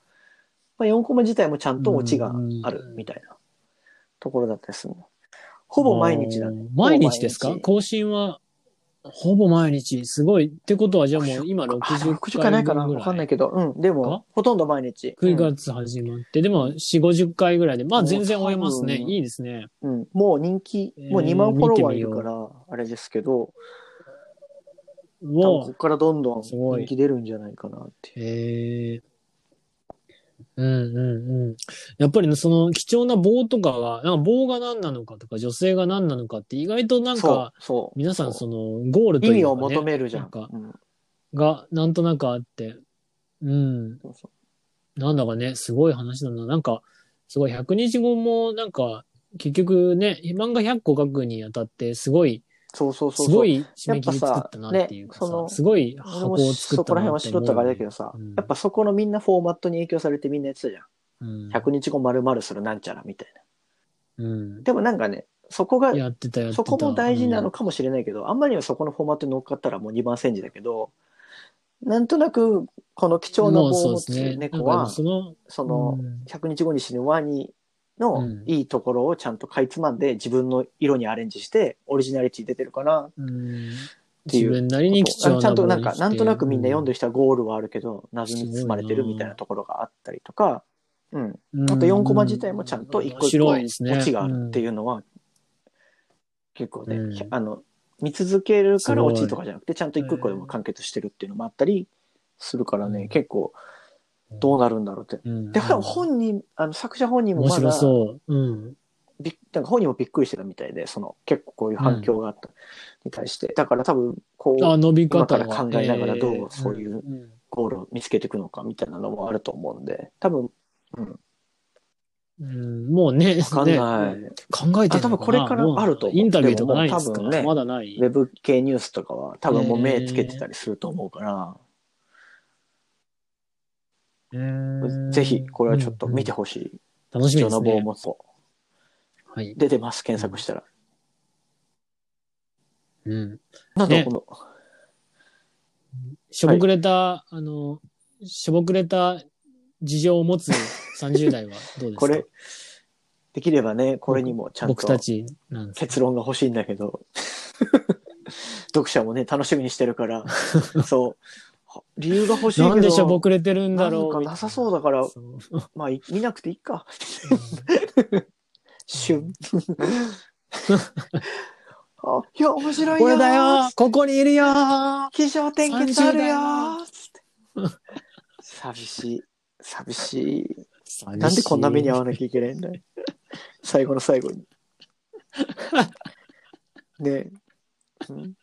Speaker 1: まあ、4コマ自体もちゃんとオチがあるみたいなところだったでするのほぼ毎日だね。
Speaker 2: あー毎日ですか
Speaker 1: ほぼ毎日
Speaker 2: 更新は、ほぼ毎日。すごい。ってことは、じゃあもう今
Speaker 1: あ
Speaker 2: 60
Speaker 1: 60回ないかな
Speaker 2: 分ぐ
Speaker 1: わかんな
Speaker 2: らい
Speaker 1: い。けど、うん、でも、ほとんど毎日。
Speaker 2: 9
Speaker 1: うん
Speaker 2: 月始まって、でも4、50回ぐらいで、まあ全然終えますね。
Speaker 1: もう多分
Speaker 2: いいですね。
Speaker 1: うん、もう人気、もう
Speaker 2: えー
Speaker 1: 2万フォロワーいるから、あれですけど、多分
Speaker 2: も
Speaker 1: ここ
Speaker 2: う、
Speaker 1: からどんどん
Speaker 2: すごい
Speaker 1: 人気出るんじゃないかなっていう。
Speaker 2: えーうんうんうん。やっぱりね、その貴重な棒とかが、なんか棒が何なのかとか、女性が何なのかって意外となんか、
Speaker 1: そう、そう。
Speaker 2: 皆さん
Speaker 1: そ
Speaker 2: そうのゴールと
Speaker 1: 意
Speaker 2: い
Speaker 1: 味
Speaker 2: う
Speaker 1: を
Speaker 2: か、
Speaker 1: 求
Speaker 2: ね、
Speaker 1: めるじゃん。
Speaker 2: なんか
Speaker 1: うん
Speaker 2: がなんとなくあって、うん、
Speaker 1: そうそう
Speaker 2: なんだかね、すごい話なんだな。なんか、すごい100日後も、なんか、結局ね、漫画100個書くにあたって、すごい、
Speaker 1: そうそうそうそ
Speaker 2: す
Speaker 1: う
Speaker 2: ご。い締め切り作ったなっていうか
Speaker 1: やっぱさねそ
Speaker 2: さ
Speaker 1: の、
Speaker 2: すごい
Speaker 1: 俺
Speaker 2: 箱
Speaker 1: も
Speaker 2: を作
Speaker 1: そ
Speaker 2: っ
Speaker 1: こ
Speaker 2: た
Speaker 1: ら辺
Speaker 2: な
Speaker 1: は
Speaker 2: っ
Speaker 1: 素
Speaker 2: て
Speaker 1: 人
Speaker 2: 思う
Speaker 1: からあれだけどさ、
Speaker 2: うん
Speaker 1: やっぱそこのみんなフォーマットに影響されてみんなやってたじゃん。
Speaker 2: うん
Speaker 1: 100日後〇〇するなんちゃらみたいな。
Speaker 2: うん
Speaker 1: でもなんかね、そこが、
Speaker 2: やってた、やってた。
Speaker 1: そこも大事なのかもしれないけど、あんまりはそこのフォーマットに乗っかったらもう2番煎じだけど、なんとなくこの貴
Speaker 2: うん
Speaker 1: 重な棒
Speaker 2: もう
Speaker 1: を
Speaker 2: そ
Speaker 1: 持
Speaker 2: うで
Speaker 1: つ。
Speaker 2: すねなん
Speaker 1: 猫
Speaker 2: か
Speaker 1: は、
Speaker 2: ねその、
Speaker 1: その
Speaker 2: うん
Speaker 1: 100日後に死ぬワニの
Speaker 2: うん
Speaker 1: いいところをちゃんとかいつまんで自分の色にアレンジしてオリジナリティ出てるかな
Speaker 2: うん
Speaker 1: ていう
Speaker 2: 自分なりに貴重な
Speaker 1: ちゃんとなんか、なんとなくみんな読ん
Speaker 2: で、
Speaker 1: でる人はゴールはあるけど、謎に包まれてるみたいなところがあったりとか、うん。
Speaker 2: うん
Speaker 1: あと4コマ自体もちゃんと一個一個
Speaker 2: 面白いですね
Speaker 1: オチがあるっていうのは、結構ね、
Speaker 2: うん
Speaker 1: あの、見続けるからオ
Speaker 2: すご
Speaker 1: チ
Speaker 2: い
Speaker 1: とかじゃなくて、ちゃんと一個一個でも完結してるっていうのもあったりするからね、
Speaker 2: うん
Speaker 1: 結構どうなるんだろうって。
Speaker 2: うん
Speaker 1: で、本人、あの、作者本人も
Speaker 2: 面
Speaker 1: ま
Speaker 2: 白
Speaker 1: だ、
Speaker 2: そう。うん。
Speaker 1: びっなんか本人もびっくりしてたみたいで、その、結構こういう反響があった、に対して。だから多分、こう、
Speaker 2: あ、伸び
Speaker 1: 今
Speaker 2: 方
Speaker 1: から
Speaker 2: が
Speaker 1: 考えながらどうそういう
Speaker 2: うん
Speaker 1: ゴールを見つけていくのかみたいなのもあると思うんで、多分
Speaker 2: うん、もうね、
Speaker 1: わかんない。
Speaker 2: 考えてるのかな
Speaker 1: あ多分これから
Speaker 2: どうなの
Speaker 1: あると思う
Speaker 2: インタビューとかないです
Speaker 1: で
Speaker 2: か、
Speaker 1: ももう多分ね
Speaker 2: まだない
Speaker 1: ウ。ェブ系ニュースとかは多分もう目つけてたりすると思うから、ぜひこれはちょっと見て
Speaker 2: ほ
Speaker 1: ほしい。
Speaker 2: しい。楽しみ
Speaker 1: ジョ
Speaker 2: で
Speaker 1: ナ
Speaker 2: す
Speaker 1: ボー
Speaker 2: ね。
Speaker 1: モット。
Speaker 2: はい。
Speaker 1: 出てます、検索したら。
Speaker 2: うん。
Speaker 1: なんだ
Speaker 2: ね
Speaker 1: この、
Speaker 2: しょぼくれた、あの、しょぼくれた事情を持つ30代はどうですか
Speaker 1: これ、できればね、これにもちゃん
Speaker 2: 僕た
Speaker 1: と
Speaker 2: ちなんです
Speaker 1: 結論が欲しいんだけど、 読者もね、楽しみにしてる から、そう。理由が欲しいけど、
Speaker 2: なんでしょぼくれてるんだろう
Speaker 1: なんかなさそうだから
Speaker 2: そう
Speaker 1: まあ、い見なくていいか。旬。 あ、いや、面白いよ。
Speaker 2: これだよここにいるよー
Speaker 1: 気象転結あるよ
Speaker 2: 30
Speaker 1: ーつって寂しい。寂しい。なんでこんな目に遭わなきゃいけないんだい最後の最後 に。ねえ。うん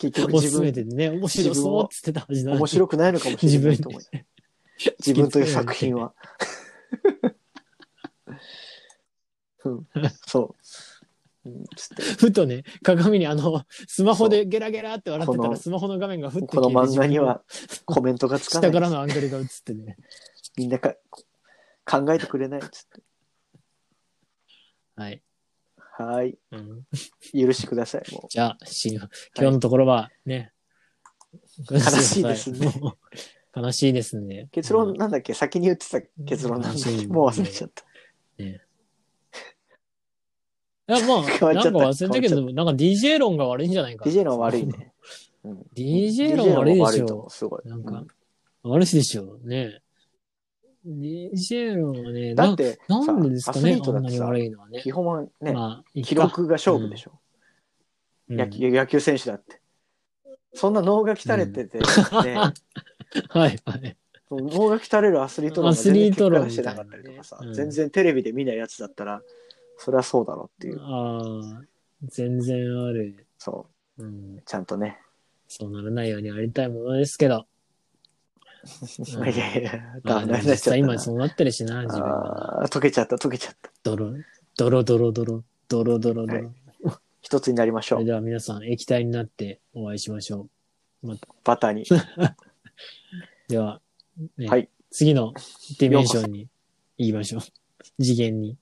Speaker 1: 結局
Speaker 2: お
Speaker 1: 自
Speaker 2: すすめ
Speaker 1: 分、
Speaker 2: てね、面白そうっつってたはずなのに
Speaker 1: 面白くないのかもしれないと思う。自分という作品は。うん、そう。うん、つって
Speaker 2: ふとね、鏡にあの、スマホでゲラゲラって笑って
Speaker 1: こ
Speaker 2: たら、
Speaker 1: の
Speaker 2: スマホの画面がふって
Speaker 1: この
Speaker 2: 消えて
Speaker 1: 漫画にはコメントがつ
Speaker 2: 自
Speaker 1: かな
Speaker 2: 分の下から
Speaker 1: い。
Speaker 2: のアングルが映ってね。
Speaker 1: みんなか考えてくれない。つって。
Speaker 2: はい。
Speaker 1: はー
Speaker 2: うん
Speaker 1: い。許してください。も
Speaker 2: じゃあ、し今日のところはね、悲
Speaker 1: しいですね。
Speaker 2: 悲しいですね。
Speaker 1: う結論なんだっけ先に言ってた結論なんだっけもう忘れちゃった。
Speaker 2: いや、まあ、なん
Speaker 1: 変わっちゃった
Speaker 2: か忘れたけ
Speaker 1: 変
Speaker 2: ど、なんか DJ 論が悪いんじゃないかな。
Speaker 1: DJ の悪い。ね。うん、
Speaker 2: DJ 論悪いでし
Speaker 1: と思
Speaker 2: ょ
Speaker 1: う。。すごい。
Speaker 2: なん
Speaker 1: う
Speaker 2: か
Speaker 1: ん、
Speaker 2: 悪いでしょ。ね。DJ 論はね、
Speaker 1: だ
Speaker 2: な
Speaker 1: って、
Speaker 2: なんでです
Speaker 1: さ
Speaker 2: か
Speaker 1: アスリ
Speaker 2: ね、
Speaker 1: ー
Speaker 2: あ
Speaker 1: トだ
Speaker 2: ん
Speaker 1: っ
Speaker 2: な
Speaker 1: て
Speaker 2: に
Speaker 1: さ、
Speaker 2: 悪いのはね
Speaker 1: 基。本はね、
Speaker 2: まあ、いいか
Speaker 1: 記録が勝負でしょ。
Speaker 2: うん
Speaker 1: 野球野球選手だって。そんな脳が鍛れてて、ね、
Speaker 2: はいはい。
Speaker 1: その脳が鍛れるアスリート論が全然結果出してなかったりとかさ、
Speaker 2: アスリート論みたいなねうん
Speaker 1: 全然テレビで見ないやつだったら、それはそうだろうっていう、
Speaker 2: ああ、全然ある。
Speaker 1: そ
Speaker 2: うん
Speaker 1: う、。ちゃんとね。
Speaker 2: そうならないようにありたいものですけど。 うん
Speaker 1: いやいや、
Speaker 2: まあ、
Speaker 1: ダメにな
Speaker 2: でも実
Speaker 1: っちゃっ
Speaker 2: 際
Speaker 1: た
Speaker 2: 今
Speaker 1: な
Speaker 2: そうなってるしな、自分は。
Speaker 1: あー。溶けちゃった、溶けちゃった。
Speaker 2: ドロ、ドロドロドロ、ドロドロド
Speaker 1: はい
Speaker 2: ロ。
Speaker 1: 一つになりまし
Speaker 2: そ
Speaker 1: ょ
Speaker 2: れ
Speaker 1: う。
Speaker 2: では皆さん、液体になってお会いしましょ
Speaker 1: バターに。
Speaker 2: う。では、ね
Speaker 1: はい
Speaker 2: 次のディメンションに行きましょう。次元に。